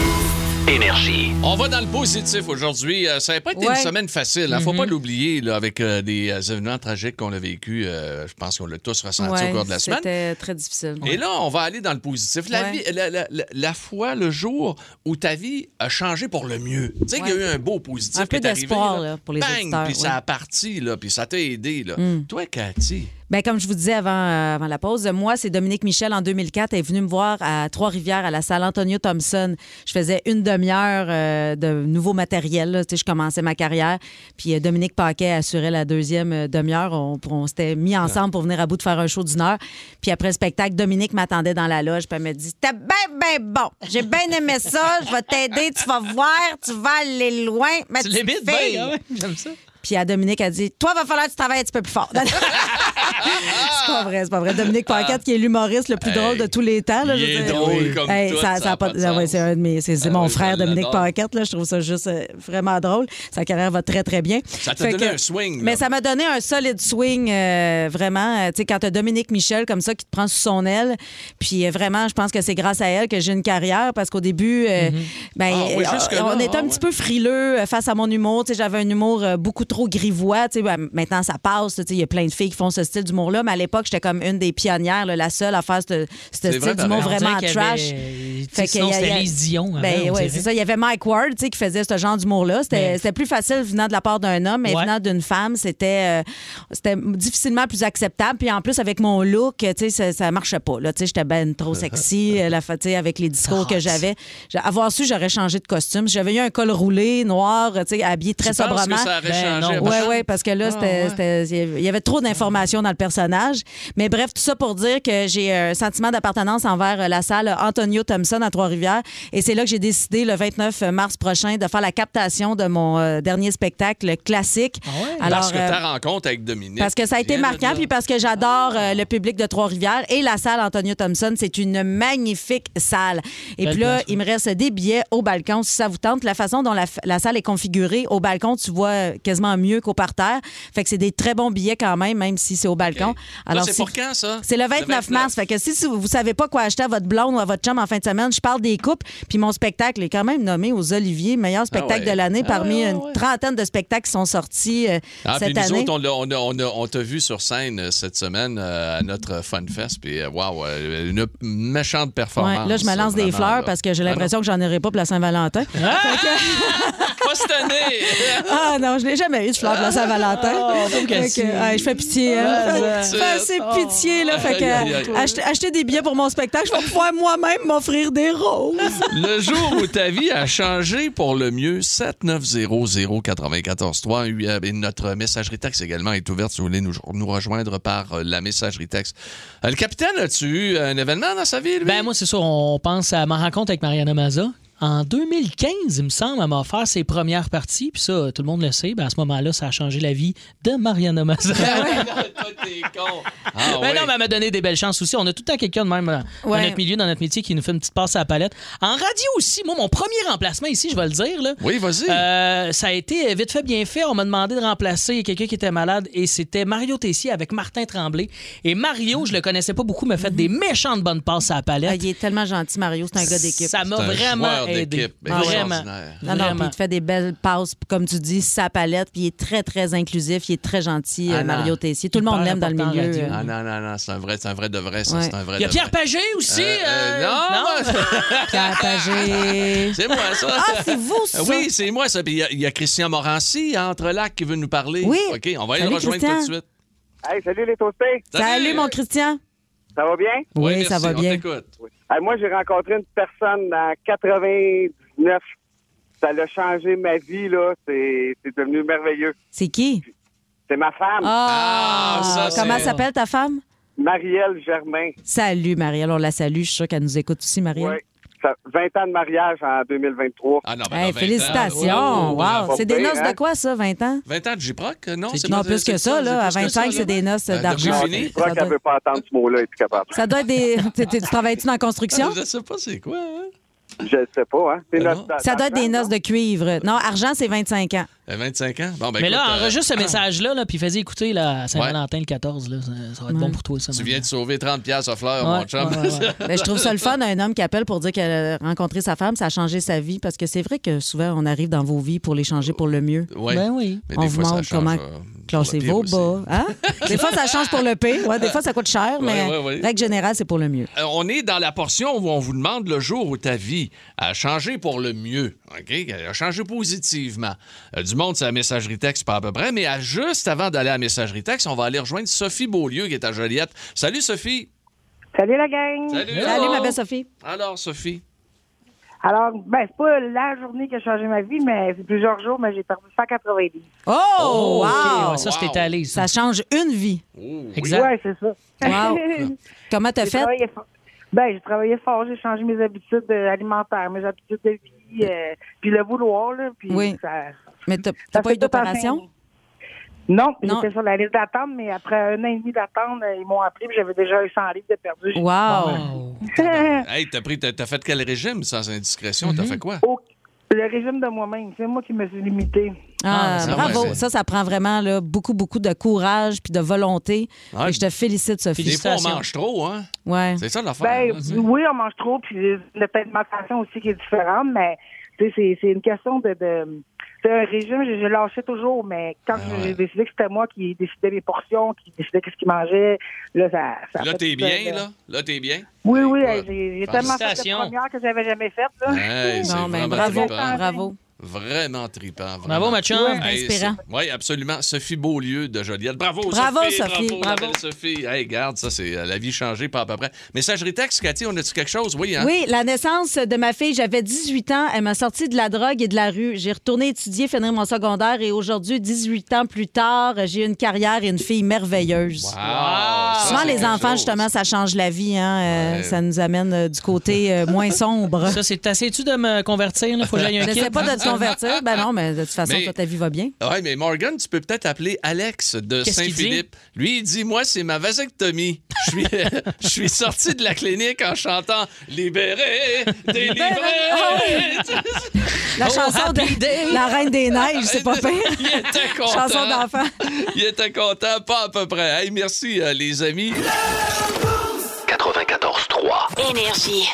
S2: Énergie.
S3: On va dans le positif aujourd'hui. Euh, ça n'a pas été
S1: Ouais.
S3: une semaine facile. Il ne
S4: Mm-hmm.
S3: faut pas l'oublier là, avec euh, des euh, événements tragiques qu'on a vécu. euh, je pense qu'on l'a tous ressenti au cours de la semaine.
S4: C'était très difficile.
S3: Et là, on va aller dans le positif. La,
S4: Ouais.
S3: vie- la, la- la- la fois, le jour où ta vie a changé pour le mieux. Tu sais qu'il y a eu un beau positif.
S4: Un
S3: qui
S4: peu
S3: est arrivé,
S4: d'espoir, là, pour les
S3: Bang!
S4: auditeurs,
S3: Puis
S4: ouais.
S3: ça a parti, là, puis ça t'a aidé. Là.
S4: Mm.
S3: Toi, Cathy,
S4: Ben, comme je vous disais avant, euh, avant la pause, euh, moi, c'est Dominique Michel en 2004. Elle est venue me voir à Trois-Rivières, à la salle Antonio Thompson. Je faisais une demi-heure euh, de nouveau matériel. là. Tu sais, je commençais ma carrière. Puis euh, Dominique Paquet assurait la deuxième euh, demi-heure. On, on s'était mis ensemble pour venir à bout de faire un show d'une heure. Puis après le spectacle, Dominique m'attendait dans la loge. Puis elle me dit T'es bien, bien bon. J'ai bien aimé ça. Je vais t'aider. Tu vas voir. Tu vas aller loin. Ma
S5: Tu
S4: petite
S5: l'imites
S4: fille.
S5: bien, hein, ouais, j'aime ça.
S4: Puis à Dominique, elle dit Toi, va falloir que tu travailles un petit peu plus fort. c'est pas vrai, c'est pas vrai. Dominique Paquette, qui est l'humoriste le plus drôle de tous les temps. Là,
S3: Ah. il
S4: je veux
S3: est
S4: dire.
S3: drôle comme tout,
S4: ça,
S3: ça
S4: a
S3: a pas de
S4: Ah ouais, c'est un de mes- c'est- c'est mon frère,
S3: je
S4: Dominique
S3: l'adore.
S4: Paquette. Là, je trouve ça juste euh, vraiment drôle. Sa carrière va très, très bien.
S3: ça t'a
S4: Fait
S3: donné
S4: que-
S3: un swing. là.
S4: mais ça m'a donné un solide swing, euh, vraiment. Euh, Tu sais, quand t'as Dominique Michel comme ça qui te prend sous son aile, puis euh, vraiment, je pense que c'est grâce à elle que j'ai une carrière parce qu'au début,
S5: Mhm.
S4: euh, ben,
S3: Ah oui,
S4: euh,
S3: jusque-là,
S4: on était
S3: ah
S4: un petit peu frileux euh, face à mon humour. Tu sais, j'avais un humour euh, beaucoup trop grivois. Tu sais, ben, maintenant, ça passe. Tu sais, il y a plein de filles qui font ce style d'humour-là, mais à l'époque, j'étais comme une des pionnières, là, la seule à faire ce, ce
S5: C'est
S4: style
S5: vrai, pareil.
S4: d'humour
S5: On dirait
S4: vraiment
S5: qu'il y
S4: trash.
S5: avait-
S4: Fait
S5: sinon,
S4: que, il y a-
S5: c'était Lise Dion, avant,
S4: Ben,
S5: on
S4: ouais,
S5: dirait. Ben.
S4: c'est ça. Il y avait Mike Ward tu sais, qui faisait ce genre d'humour-là. C'était
S5: Mais-
S4: c'était plus facile venant de la part d'un homme, mais
S5: Ouais.
S4: venant d'une femme, c'était euh, c'était difficilement plus acceptable. Puis en plus, avec mon look, euh, tu sais, ça, ça marchait pas. là. Tu sais, J'étais ben trop sexy euh, la, fa- tu sais, avec les discours que j'avais. J'ai- Avoir su, j'aurais changé de costume. Si J'avais eu un col roulé, noir, tu sais, habillé très
S3: Tu penses que
S4: sobrement.
S3: ça aurait Ben changé? non.
S4: Ouais, ouais, parce que là,
S3: Ah,
S4: c'était-
S3: ouais.
S4: c'était- il y avait- il y avait trop d'informations dans le personnage. Mais bref, tout ça pour dire que j'ai un sentiment d'appartenance envers euh, la salle Antonio Thompson à Trois-Rivières. Et c'est là que j'ai décidé, le 29 mars prochain, de faire la captation de mon euh, dernier spectacle classique.
S3: Ah parce que
S4: euh,
S3: ta rencontre avec Dominique.
S4: parce que ça a été
S3: vient de
S4: marquant,
S3: là.
S4: puis parce que j'adore euh, le public de Trois-Rivières et la salle Antonio Thompson. C'est une magnifique salle. Et
S5: Belle
S4: puis là,
S5: place,
S4: il me reste des billets au balcon si ça vous tente. La façon dont la, f- la salle est configurée, au balcon, tu vois euh, quasiment mieux qu'au parterre. Fait que c'est des très bons billets quand même, même si c'est au balcon.
S3: Là, c'est pour quand, ça?
S4: C'est le 29, mars. Fait que si si vous savez pas quoi acheter à votre blonde ou à votre chum en fin de semaine, je parle des couples. Puis mon spectacle est quand même nommé aux Oliviers, meilleur spectacle
S3: ouais.
S4: de l'année
S3: Ah
S4: parmi
S3: ouais,
S4: une trentaine de spectacles qui sont sortis euh,
S3: Ah, puis
S4: cette
S3: nous
S4: année.
S3: autres, on l'a- on, a- on a- on t'a vu sur scène euh, cette semaine euh, à notre Fun Fest. Puis, euh, waouh, euh, une méchante performance.
S4: Ouais, là, Ben je me lance des
S3: vraiment,
S4: fleurs
S3: là.
S4: parce que j'ai
S3: Ah, non.
S4: l'impression que j'en aurai pas pour la Saint-Valentin.
S3: Pas cette année!
S4: Ah non, je n'ai jamais eu de fleurs Ah, pour la Saint-Valentin.
S5: Oh, pauvre
S4: Fait que,
S5: Cassie.
S4: ouais, je fais pitié. hein.
S5: Ah,
S4: Fais-
S5: zut.
S4: fais assez pitié. Là, fait que,
S3: Aïe, aïe, aïe.
S4: achetez, achetez des billets pour mon spectacle. Je vais pouvoir moi-même m'offrir des roses.
S3: Le jour où ta vie a changé pour le mieux, 7900-943. euh, Et notre messagerie texte également est ouverte si vous voulez nous, nous rejoindre par euh, la messagerie texte. Euh, Le capitaine, as-tu eu un événement dans sa vie, lui?
S5: Ben, moi, c'est sûr, on pense à ma rencontre avec Mariana Maza. En 2015, il me semble, elle m'a offert ses premières parties. Puis ça, tout le monde le sait. ben, à ce moment-là, ça a changé la vie de Mariana
S4: Ben
S5: Mazza.
S3: Ah,
S5: mais
S3: ouais.
S5: Ben, non, mais elle m'a donné des belles chances aussi. On a tout le temps quelqu'un de même euh, dans
S3: Ouais.
S5: notre milieu, dans notre métier, qui nous fait une petite passe à la palette. En radio aussi, moi, mon premier remplacement ici, je vais le dire. Là, euh,
S3: oui, vas-y.
S5: ça a été vite fait, bien fait. On m'a demandé de remplacer quelqu'un qui était malade et c'était Mario Tessier avec Martin Tremblay. Et Mario, je le connaissais pas beaucoup, m'a fait des méchantes bonnes passes à la
S4: Ah,
S5: palette. il est tellement gentil, Mario.
S4: C'est Ah, un gars d'équipe.
S5: Ça m'a vraiment aidé.
S4: Ah ouais.
S5: Vraiment.
S4: Non, non, puis
S5: Vraiment.
S4: il te fait des belles passes, comme tu dis, sa palette, puis il est très, très inclusif, il est très gentil,
S3: Ah,
S4: euh,
S3: non.
S4: Mario Tessier. Tout le monde l'aime dans le milieu. euh.
S3: Ah non, non, non, c'est un vrai, c'est un vrai de vrai, ça,
S4: Ouais.
S3: c'est un vrai
S5: Il y a
S3: de
S5: Pierre
S3: vrai.
S5: Pagé aussi.
S3: Euh,
S5: euh,
S3: euh, non,
S4: Pierre Pagé.
S3: C'est moi, ça. Euh,
S4: Ah, c'est vous, ça.
S3: Oui, c'est moi, ça. Puis il y a- il y, a Christian Morancy, à Entrelac, qui veut nous parler.
S4: Oui.
S3: OK, on va aller
S4: Salut,
S3: le rejoindre
S4: Christian.
S3: tout de suite.
S12: Hey, salut les toastés.
S4: Salut, mon Christian.
S12: Ça va bien?
S4: Oui, Oui, ça merci, va on bien.
S12: Hey, moi, j'ai rencontré une personne en 99. Ça l'a changé ma vie, là. C'est c'est devenu merveilleux.
S4: C'est qui?
S12: C'est ma femme.
S4: Ah, comment s'appelle ta femme?
S12: Marielle Germain.
S4: Salut, Marielle. On la salue. Je suis sûre qu'elle nous écoute aussi, Marielle.
S12: Oui. Ça- 20 ans de mariage en 2023.
S3: Ah non,
S4: Hey,
S3: Oh,
S4: félicitations. wow. C'est des noces de quoi, ça, 20 ans?
S3: 20 ans de J-Proc? Non,
S4: C'est-
S3: c'est
S4: non,
S3: pas-
S4: plus que
S3: c'est
S4: ça, là. À
S3: plus que
S4: 25,
S3: ça,
S4: c'est des
S3: là.
S4: noces euh,
S3: Ah,
S4: d'argent.
S3: j'ai fini.
S12: Je crois qu'elle ne veut pas entendre ce mot-là, elle est plus capable.
S4: Ça doit être des. tu- tu- tu Travailles-tu dans la construction?
S3: Ah, Je sais pas c'est quoi. hein?
S12: Je ne sais pas, hein. C'est notre-
S4: Ah Ça doit être des noces de cuivre. Non, argent, c'est 25 ans.
S3: Euh, 25 ans? Bon, ben,
S5: mais là,
S3: écoute, euh,
S5: enregistre ce message-là, là, puis fais-y écouter là, à Saint-Valentin le 14. Là, ça, ça va être bon pour toi, ça.
S3: Tu viens de sauver 30 pièces aux fleurs,
S5: Ouais,
S3: mon chum.
S5: ouais, ouais, ouais.
S4: Ben, je trouve ça le fun, un homme qui appelle pour dire qu'elle a rencontré sa femme, ça a changé sa vie, parce que c'est vrai que souvent, on arrive dans vos vies pour les changer pour le mieux.
S3: Ouais.
S4: Ben
S3: oui. Mais des
S4: on vous
S3: fois, ça
S4: montre
S3: change,
S4: comment
S3: euh,
S4: classer
S3: pire
S4: vos bas. Hein? des fois, ça change pour le pire. Ouais, des fois, ça coûte cher,
S3: Ouais,
S4: mais
S3: ouais, ouais.
S4: règle générale, c'est pour le mieux.
S3: Euh, on est dans la portion où on vous demande le jour où ta vie a changé pour le mieux, OK? Elle a changé positivement. Euh, du monde, c'est la messagerie texte, pas à peu près, mais à juste avant d'aller à la messagerie texte, on va aller rejoindre Sophie Beaulieu, qui est à Joliette. Salut, Sophie!
S14: Salut la gang.
S3: Salut.
S4: Salut, ma belle Sophie.
S3: Alors, Sophie?
S14: Alors, ben, c'est pas la journée qui a changé ma vie, mais c'est plusieurs jours, mais j'ai perdu 190.
S4: Oh,
S5: Oh,
S4: wow!
S5: OK, ouais, ça, c'était Wow. allé,
S4: Ça change une vie.
S5: Exact.
S14: Ouais, c'est ça.
S4: Ah. Wow. Comment t'as
S14: J'ai
S4: fait?
S14: travaillé fort. Ben, j'ai travaillé fort, j'ai changé mes habitudes euh, alimentaires, mes habitudes de vie, euh, puis le vouloir, là, puis
S4: Oui.
S14: ça...
S4: Mais t'as t'as pas
S14: fait
S4: eu
S14: tout en
S4: d'opération?
S14: Non,
S4: Non.
S14: j'étais sur la liste d'attente, mais après un an et demi d'attente, euh, ils m'ont appelé, puis j'avais déjà eu 100 livres de perdu. J'ai dit,
S3: Ah,
S4: Wow! Ah,
S14: bon,
S3: Hey, t'as pris, t'as, t'as fait quel régime, sans indiscrétion?
S4: Mhm.
S3: T'as fait quoi?
S14: ben, le régime de moi-même, c'est moi qui me suis limitée.
S4: Ah,
S3: Ah, mais ça,
S4: bravo.
S3: ouais, c'est-
S4: ça, ça prend vraiment là, beaucoup, beaucoup de courage puis de volonté.
S3: Ouais.
S4: Et je te félicite, Sophie.
S3: Des fois, on mange trop, hein?
S4: Ouais.
S3: C'est ça l'affaire.
S14: Ben,
S3: là, tu sais.
S14: oui, on mange trop, puis l'alimentation aussi qui est différente, mais tu sais, c'est c'est une question de, de, c'est un régime. Je, je lâchais toujours, mais quand
S3: Ah
S14: j'ai décidé que c'était moi qui décidais mes portions, qui décidais qu'est-ce qu'il mangeait, là, ça. ça a
S3: Là,
S14: fait
S3: t'es
S14: tout
S3: bien,
S14: seul,
S3: là? Là, t'es bien?
S14: Oui, oui, hey, j'ai j'ai tellement fait de
S3: Félicitations.
S14: première que j'avais jamais faite. là.
S3: Hey, c'est
S4: Non, mais
S3: vraiment
S4: bravo,
S3: trippant.
S4: bravo.
S3: Vraiment trippant.
S5: Bravo, ma chum. Ouais, inspirant.
S3: Oui, absolument. Sophie Beaulieu de Joliette. Bravo,
S4: Bravo,
S3: Sophie.
S4: Sophie.
S3: Bravo,
S4: Bravo.
S3: ma belle Sophie. Hey, garde, ça, c'est euh, la vie changée, pas à peu près. Messagerie texte, Cathy, on a-tu quelque chose? Oui, hein?
S4: Oui, la naissance de ma fille, j'avais 18 ans. Elle m'a sortie de la drogue et de la rue. J'ai retourné étudier, finir mon secondaire et aujourd'hui, 18 ans plus tard, j'ai une carrière et une fille merveilleuse.
S3: Ah, ça,
S4: Souvent,
S3: c'est
S4: les
S3: quelque
S4: enfants,
S3: chose.
S4: justement, ça change la vie. hein. Euh,
S3: Ouais.
S4: Ça nous amène euh, du côté euh, moins sombre.
S5: Ça, c'est assez-tu de me convertir? Là? Faut que j'aille un
S4: J'essaie
S5: kit.
S4: pas de te convertir. Ben non, mais de toute façon,
S3: Mais-
S4: toi, ta vie va bien.
S3: Oui, mais Morgan, tu peux peut-être appeler Alex de
S4: Qu'est-ce qu'il
S3: Saint-Philippe. Lui, il dit Moi, c'est ma vasectomie. Je suis, je suis sorti de la clinique en chantant Libéré, délivré.
S4: Ah oui. La
S3: Oh,
S5: Ah,
S4: chanson
S5: ben.
S3: happy
S4: de
S3: day.
S4: La Reine des Neiges, c'est pas
S3: Il
S4: pire.
S3: était content.
S4: Chanson d'enfant.
S3: Il était content, pas à peu près. Hey, merci, euh, les amis.
S2: 94-3.
S1: Énergie.